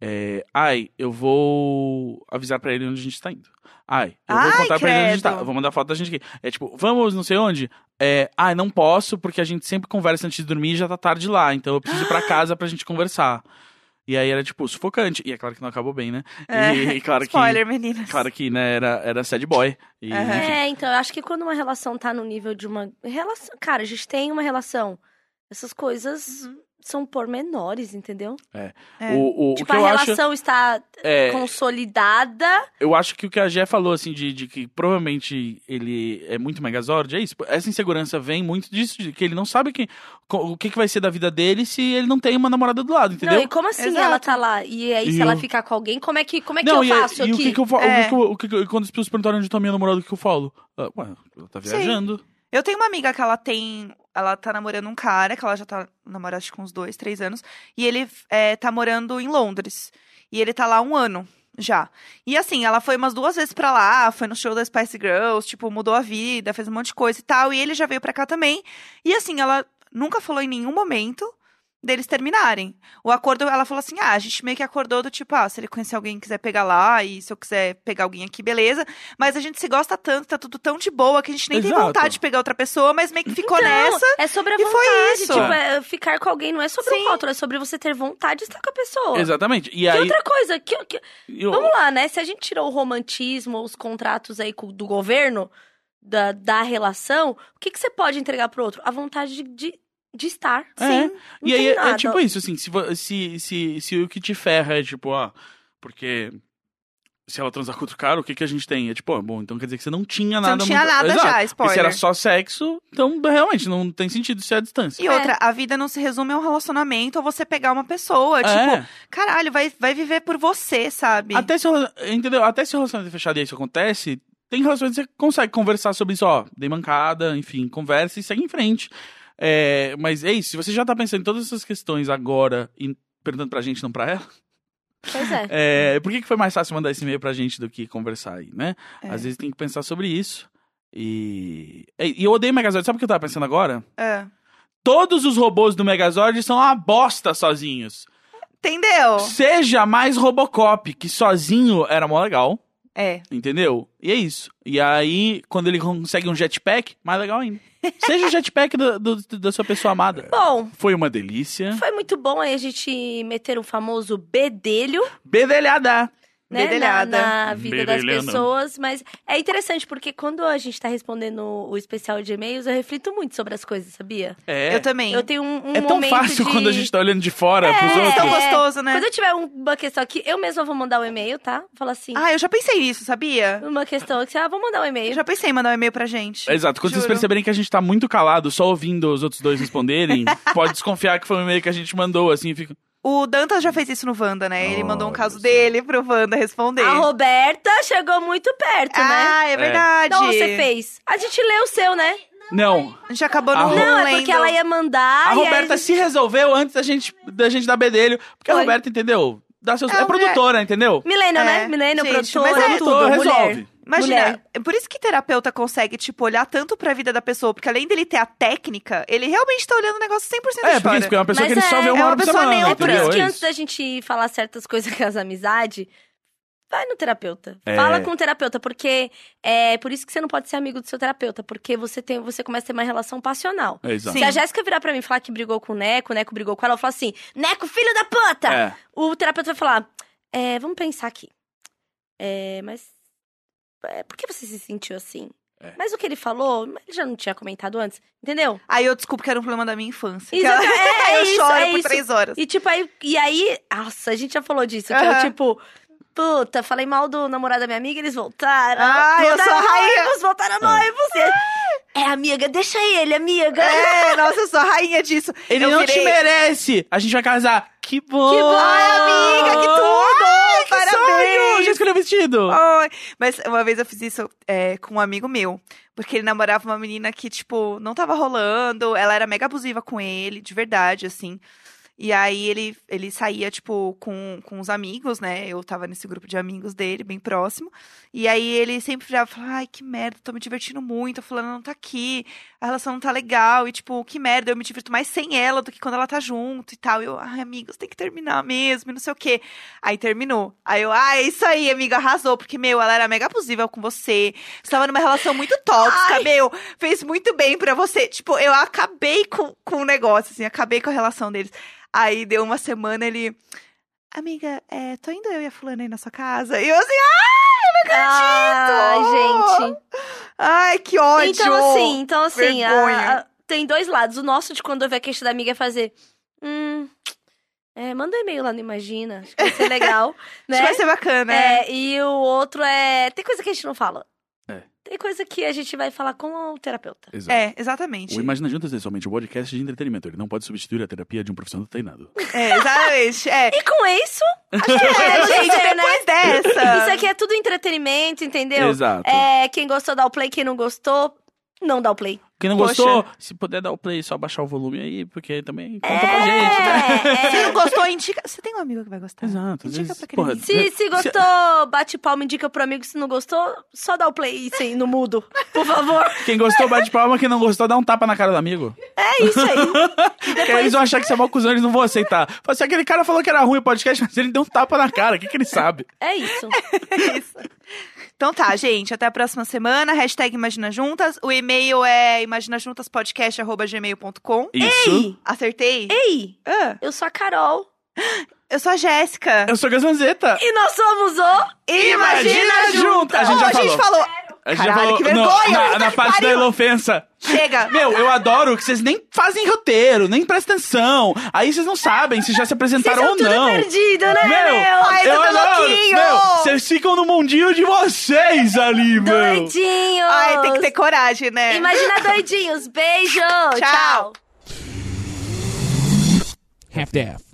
Speaker 1: é, Ai, eu vou avisar pra ele onde a gente tá indo. Ai, eu vou
Speaker 3: Ai,
Speaker 1: contar pra ele onde a gente tá.
Speaker 3: credo.
Speaker 1: Eu vou mandar foto da gente aqui. É tipo, vamos não sei onde? É, ai, não posso, porque a gente sempre conversa antes de dormir e já tá tarde lá. Então eu preciso ir
Speaker 3: [gasps]
Speaker 1: pra casa pra gente conversar. E aí era, tipo, sufocante. E é claro que não acabou bem, né? E, e claro que.
Speaker 3: É, Spoiler, meninas.
Speaker 1: Claro que, né, era, era sad boy. E,
Speaker 3: Aham.
Speaker 1: enfim.
Speaker 2: É, então, eu acho que quando uma relação tá no nível de uma. Relação... Cara, a gente tem uma relação. Essas coisas
Speaker 3: Uhum.
Speaker 2: são pormenores, entendeu?
Speaker 3: É.
Speaker 1: O, o, o
Speaker 2: tipo,
Speaker 1: que
Speaker 2: a
Speaker 1: eu acho.
Speaker 2: relação está
Speaker 1: É,
Speaker 2: consolidada.
Speaker 1: eu acho que o que a Gé falou, assim, de, de que provavelmente ele é muito megazord, é isso. Essa insegurança vem muito disso, de que ele não sabe quem, co- o que, que vai ser da vida dele se ele não tem uma namorada do lado, entendeu?
Speaker 2: Não, e como assim
Speaker 3: Exato.
Speaker 2: ela tá lá? E aí, se
Speaker 1: E
Speaker 2: ela
Speaker 1: eu-
Speaker 2: ficar com alguém, como é que, como é que
Speaker 1: Não,
Speaker 2: eu
Speaker 1: e,
Speaker 2: faço
Speaker 1: e
Speaker 2: aqui?
Speaker 1: o que, que eu falo?
Speaker 3: É.
Speaker 1: O que que eu- o que que eu- quando as pessoas perguntaram onde tá minha namorada, o que que eu falo? Ah, ué, ela tá
Speaker 3: Sim.
Speaker 1: viajando.
Speaker 3: Eu tenho uma amiga que ela tem. Ela tá namorando um cara, que ela já tá namorando acho que uns dois, três anos. E ele é, tá morando em Londres. E ele tá lá há um ano já. E assim, ela foi umas duas vezes pra lá, foi no show da Spice Girls, tipo, mudou a vida, fez um monte de coisa e tal. E ele já veio pra cá também. E assim, ela nunca falou em nenhum momento deles terminarem. O acordo, ela falou assim: ah, a gente meio que acordou do tipo, ah, se ele conhecer alguém e quiser pegar lá, e se eu quiser pegar alguém aqui, beleza. Mas a gente se gosta tanto, tá tudo tão de boa que a gente nem tem
Speaker 1: Exato.
Speaker 3: vontade de pegar outra pessoa, mas meio que ficou
Speaker 2: Não,
Speaker 3: nessa.
Speaker 2: É sobre a
Speaker 3: E foi
Speaker 2: vontade.
Speaker 3: isso.
Speaker 2: Tipo, é, ficar com alguém não é sobre
Speaker 3: Sim.
Speaker 2: o outro, é sobre você ter vontade de estar com a pessoa.
Speaker 1: Exatamente. E
Speaker 2: Que
Speaker 1: aí.
Speaker 2: outra coisa, que, que-
Speaker 1: eu-
Speaker 2: vamos lá, né? Se a gente tirou o romantismo, os contratos aí com- do governo, da, da relação, o que, que você pode entregar pro outro? A vontade de, de, de estar.
Speaker 1: É.
Speaker 2: Sim. Não
Speaker 1: E
Speaker 2: tem
Speaker 1: aí é- é,
Speaker 2: nada.
Speaker 1: tipo isso, assim, se, vo- se, se, se o que te ferra é tipo, ó, porque se ela transar com outro cara, o que, que a gente tem? É tipo, ó, bom, então quer dizer que você não tinha
Speaker 3: Você
Speaker 1: nada.
Speaker 3: não tinha
Speaker 1: muito-
Speaker 3: nada
Speaker 1: Exato.
Speaker 3: já,
Speaker 1: Porque se
Speaker 3: spoiler.
Speaker 1: era só sexo, então realmente não tem sentido ser a distância.
Speaker 2: É.
Speaker 3: E outra, a vida não se resume a um relacionamento ou você pegar uma pessoa. Tipo,
Speaker 1: É.
Speaker 3: caralho, vai, vai viver por você, sabe?
Speaker 1: Até se, o rela- entendeu? Até se o relacionamento é fechado e isso acontece, tem relacionamentos que você consegue conversar sobre isso, ó, dei mancada, enfim, conversa e segue em frente. É, mas é isso, se você já tá pensando em todas essas questões agora e perguntando pra gente, não pra ela,
Speaker 2: Pois é.
Speaker 1: É, por que, que foi mais fácil mandar esse e-mail pra gente do que conversar aí, né?
Speaker 3: É.
Speaker 1: Às vezes tem que pensar sobre isso. E. é, E eu odeio Megazord. Sabe o que eu tava pensando agora?
Speaker 3: É.
Speaker 1: Todos os robôs do Megazord são uma bosta sozinhos.
Speaker 3: Entendeu?
Speaker 1: Seja mais Robocop, que sozinho era mó legal,
Speaker 3: É.
Speaker 1: entendeu? E é isso. E aí, quando ele consegue um jetpack, mais legal
Speaker 2: [laughs]
Speaker 1: ainda. Seja o jetpack do- do- do- da sua pessoa amada.
Speaker 2: Bom,
Speaker 1: Foi uma delícia.
Speaker 2: foi muito bom aí a gente meter o famoso bedelho,
Speaker 1: Bedelhada!
Speaker 2: né? Na,
Speaker 3: Bedelhada.
Speaker 2: na vida das
Speaker 1: Bedelhando.
Speaker 2: pessoas. Mas é interessante, porque quando a gente tá respondendo o especial de e-mails, eu reflito muito sobre as coisas, sabia?
Speaker 1: É.
Speaker 3: Eu também.
Speaker 2: Eu tenho um, um
Speaker 1: é tão
Speaker 2: momento
Speaker 1: fácil
Speaker 2: de-
Speaker 1: quando a gente tá olhando de fora pros
Speaker 2: É.
Speaker 1: outros.
Speaker 3: Tão
Speaker 2: É.
Speaker 3: gostoso, né?
Speaker 2: Quando eu tiver um- uma questão aqui, eu mesma vou mandar o e-mail, tá? Vou falar assim,
Speaker 3: Ah, eu já pensei nisso, sabia?
Speaker 2: uma questão aqui, ah, vou mandar um
Speaker 3: Eu
Speaker 2: e-mail.
Speaker 3: já pensei em mandar um e-mail pra gente.
Speaker 1: Exato. Quando vocês
Speaker 3: Juro.
Speaker 1: perceberem que a gente tá muito calado, só ouvindo os outros dois
Speaker 3: [laughs]
Speaker 1: responderem, pode desconfiar que foi um e-mail que a gente mandou, assim, fica.
Speaker 3: O Dantas já fez isso no Wanda, né? Ele mandou um
Speaker 1: Olha
Speaker 3: caso
Speaker 1: só.
Speaker 3: dele pro Wanda responder.
Speaker 2: A Roberta chegou muito perto, né?
Speaker 3: ah, é verdade.
Speaker 2: Não, você fez. A gente leu o seu, né?
Speaker 1: Não.
Speaker 3: A gente acabou não
Speaker 1: A Ro-
Speaker 2: Não, é
Speaker 3: lendo.
Speaker 2: porque ela ia mandar.
Speaker 1: a
Speaker 2: e aí
Speaker 1: Roberta se resolveu antes da gente, da gente dar bedelho. Porque a
Speaker 2: Foi.
Speaker 1: Roberta, entendeu? Dá seus,
Speaker 3: É
Speaker 1: é
Speaker 3: uma mulher-
Speaker 1: produtora, entendeu?
Speaker 2: Milênio,
Speaker 3: É,
Speaker 2: né? Milênio,
Speaker 3: gente,
Speaker 2: produtora,
Speaker 3: mas
Speaker 2: tudo,
Speaker 3: é
Speaker 1: tudo,
Speaker 2: mulher.
Speaker 1: resolve.
Speaker 3: Imagina,
Speaker 2: Mulher.
Speaker 3: é por isso que terapeuta consegue, tipo, olhar tanto pra vida da pessoa, porque além dele ter a técnica, ele realmente tá olhando o negócio 100% da
Speaker 1: É, porque
Speaker 3: história.
Speaker 1: isso é uma pessoa
Speaker 2: Mas
Speaker 1: que ele
Speaker 2: é-
Speaker 1: só vê
Speaker 2: é
Speaker 1: uma
Speaker 3: uma
Speaker 1: hora por
Speaker 3: pessoa
Speaker 1: semana,
Speaker 3: neutra.
Speaker 2: Por
Speaker 1: entendeu?
Speaker 2: isso que
Speaker 1: É
Speaker 2: antes
Speaker 1: isso.
Speaker 2: [laughs] da gente falar certas coisas com as amizades, Vai no terapeuta.
Speaker 1: É.
Speaker 2: Fala com o terapeuta, porque é por isso que você não pode ser amigo do seu terapeuta, porque você tem, você começa a ter uma relação passional.
Speaker 1: É, exato.
Speaker 2: Se a Jéssica virar pra mim e falar que brigou com o Neco, o Neco brigou com ela, eu falo assim: Neco, filho da
Speaker 3: tá.
Speaker 2: puta!
Speaker 1: É.
Speaker 2: O terapeuta vai falar: é, vamos pensar aqui. É, mas. é, por que você se sentiu assim?
Speaker 1: É.
Speaker 2: Mas o que ele falou, ele já não tinha comentado antes, entendeu?
Speaker 3: Aí eu desculpo que era um problema da minha infância. que [laughs]
Speaker 2: Exato,
Speaker 3: ela-
Speaker 2: é, é
Speaker 3: eu
Speaker 2: isso,
Speaker 3: choro
Speaker 2: é
Speaker 3: por
Speaker 2: isso. [laughs]
Speaker 3: três horas.
Speaker 2: E tipo, aí. E aí. Nossa, a gente já falou disso. Que eu,
Speaker 3: Aham.
Speaker 2: tipo, puta, falei mal do namorado da minha amiga, eles voltaram.
Speaker 3: Ah, eu
Speaker 2: voltaram
Speaker 3: sou a rainha.
Speaker 2: noivos, voltaram noivos. E- É, amiga, deixa ele, amiga.
Speaker 3: É, nossa, eu sou a rainha disso.
Speaker 1: Ele
Speaker 3: eu
Speaker 1: não
Speaker 3: virei...
Speaker 1: te merece. A gente vai casar. Que bom.
Speaker 2: Que bom.
Speaker 3: Ai, amiga, que tudo!
Speaker 1: Sonho! Já
Speaker 3: Parabéns!
Speaker 1: escolheu o vestido.
Speaker 3: Ai, Mas uma vez eu fiz isso é, com um amigo meu, porque ele namorava uma menina que, tipo, não tava rolando, ela era mega abusiva com ele, de verdade, assim. E aí ele, ele saía, tipo, com, com os amigos, né? Eu tava nesse grupo de amigos dele, bem próximo. E aí ele sempre virava e falava, ai, que merda, tô me divertindo muito, a fulana não tá aqui, a relação não tá legal, e tipo, que merda, eu me divirto mais sem ela do que quando ela tá junto e tal. Eu, ai, amigos, tem que terminar mesmo, e não sei o quê. Aí terminou. Aí eu, ai, é isso aí, amiga, arrasou, porque, meu, ela era mega abusiva com você, você tava numa relação muito tóxica, meu, fez muito bem pra você. Tipo, eu acabei com, com o negócio, assim, acabei com a relação deles. Aí deu uma semana, ele... Amiga, é, tô indo eu e a fulana aí na sua casa. E eu assim,
Speaker 2: Ai, gente.
Speaker 3: ai, que ódio!
Speaker 2: Então, assim, então assim, a-
Speaker 3: Vergonha.
Speaker 2: a- tem dois lados. O nosso de quando houver queixa da amiga é fazer. Hum. É, manda um e-mail lá no Imagina. Acho que vai ser legal.
Speaker 3: [laughs]
Speaker 2: né?
Speaker 3: Acho que vai ser bacana, né?
Speaker 2: É, e o outro é. Tem coisa que a gente não fala.
Speaker 1: É.
Speaker 2: Tem coisa que a gente vai falar com o terapeuta.
Speaker 1: Exato.
Speaker 3: É, exatamente.
Speaker 1: O Imagina Juntas é somente um podcast de entretenimento. Ele não pode substituir a terapia de um profissional treinado.
Speaker 3: É,
Speaker 2: [laughs]
Speaker 3: exatamente. É.
Speaker 2: E com isso,
Speaker 3: É,
Speaker 2: acho que é,
Speaker 3: gente,
Speaker 2: né?
Speaker 3: depois dessa.
Speaker 2: isso aqui é tudo entretenimento,
Speaker 1: [laughs]
Speaker 2: entendeu?
Speaker 1: Exato.
Speaker 2: É, quem gostou dá o play, quem não gostou, não dá o play.
Speaker 1: Quem não
Speaker 3: Poxa. É.
Speaker 1: gostou, se puder dar o play, só baixar o volume aí, porque também conta pra gente, né?
Speaker 3: Se não
Speaker 2: É, é.
Speaker 3: gostou, indica. Você tem um amigo que vai gostar.
Speaker 1: Exato. às
Speaker 3: Indica
Speaker 1: vezes,
Speaker 3: pra aquele
Speaker 1: porra,
Speaker 3: amigo.
Speaker 2: Se, se gostou, bate palma, indica pro amigo. Se não gostou, só dá o play sim, no mudo. Por favor.
Speaker 1: Quem gostou, bate palma. Quem não gostou, dá um tapa na cara do amigo.
Speaker 2: É isso aí.
Speaker 1: Porque aí eles vão achar que você é mal cuzão, eles não vão aceitar. Fala assim, aquele cara falou que era ruim o podcast, mas ele deu um tapa na cara. O que, que ele sabe?
Speaker 2: É isso.
Speaker 3: Então tá, gente. Até a próxima semana. Hashtag Imagina Juntas. O e-mail é imaginajuntaspodcast.gmail.com.
Speaker 1: Isso.
Speaker 3: Acertei?
Speaker 2: Ei,
Speaker 3: Ah,
Speaker 2: eu sou a Carol.
Speaker 3: eu sou a Jéssica.
Speaker 1: Eu sou Gazanzeta.
Speaker 2: E nós somos o.
Speaker 1: Imagina Juntas. A gente
Speaker 3: Oh,
Speaker 1: já
Speaker 3: a gente
Speaker 1: falou.
Speaker 3: falou.
Speaker 1: A gente já
Speaker 3: Caralho,
Speaker 1: falou
Speaker 3: que
Speaker 1: no-
Speaker 3: vergonha,
Speaker 1: na,
Speaker 3: puta
Speaker 1: na
Speaker 3: que
Speaker 1: parte da
Speaker 3: pariu.
Speaker 1: elofensa.
Speaker 3: Chega.
Speaker 1: Meu, eu adoro que vocês nem fazem roteiro, nem prestam atenção. Aí vocês não sabem se já se
Speaker 2: Vocês
Speaker 1: apresentaram
Speaker 2: são
Speaker 1: ou
Speaker 2: tudo
Speaker 1: não.
Speaker 2: perdido, né, tá
Speaker 1: Meu,
Speaker 2: meu?
Speaker 3: Ai,
Speaker 1: eu
Speaker 3: tudo
Speaker 1: adoro.
Speaker 3: louquinho.
Speaker 1: Meu, vocês ficam no mundinho de vocês ali, meu.
Speaker 2: Doidinhos!
Speaker 3: Ai, tem que ter coragem, né?
Speaker 2: Imagina doidinhos. Beijo! Tchau.
Speaker 3: Tchau.
Speaker 8: half-daff.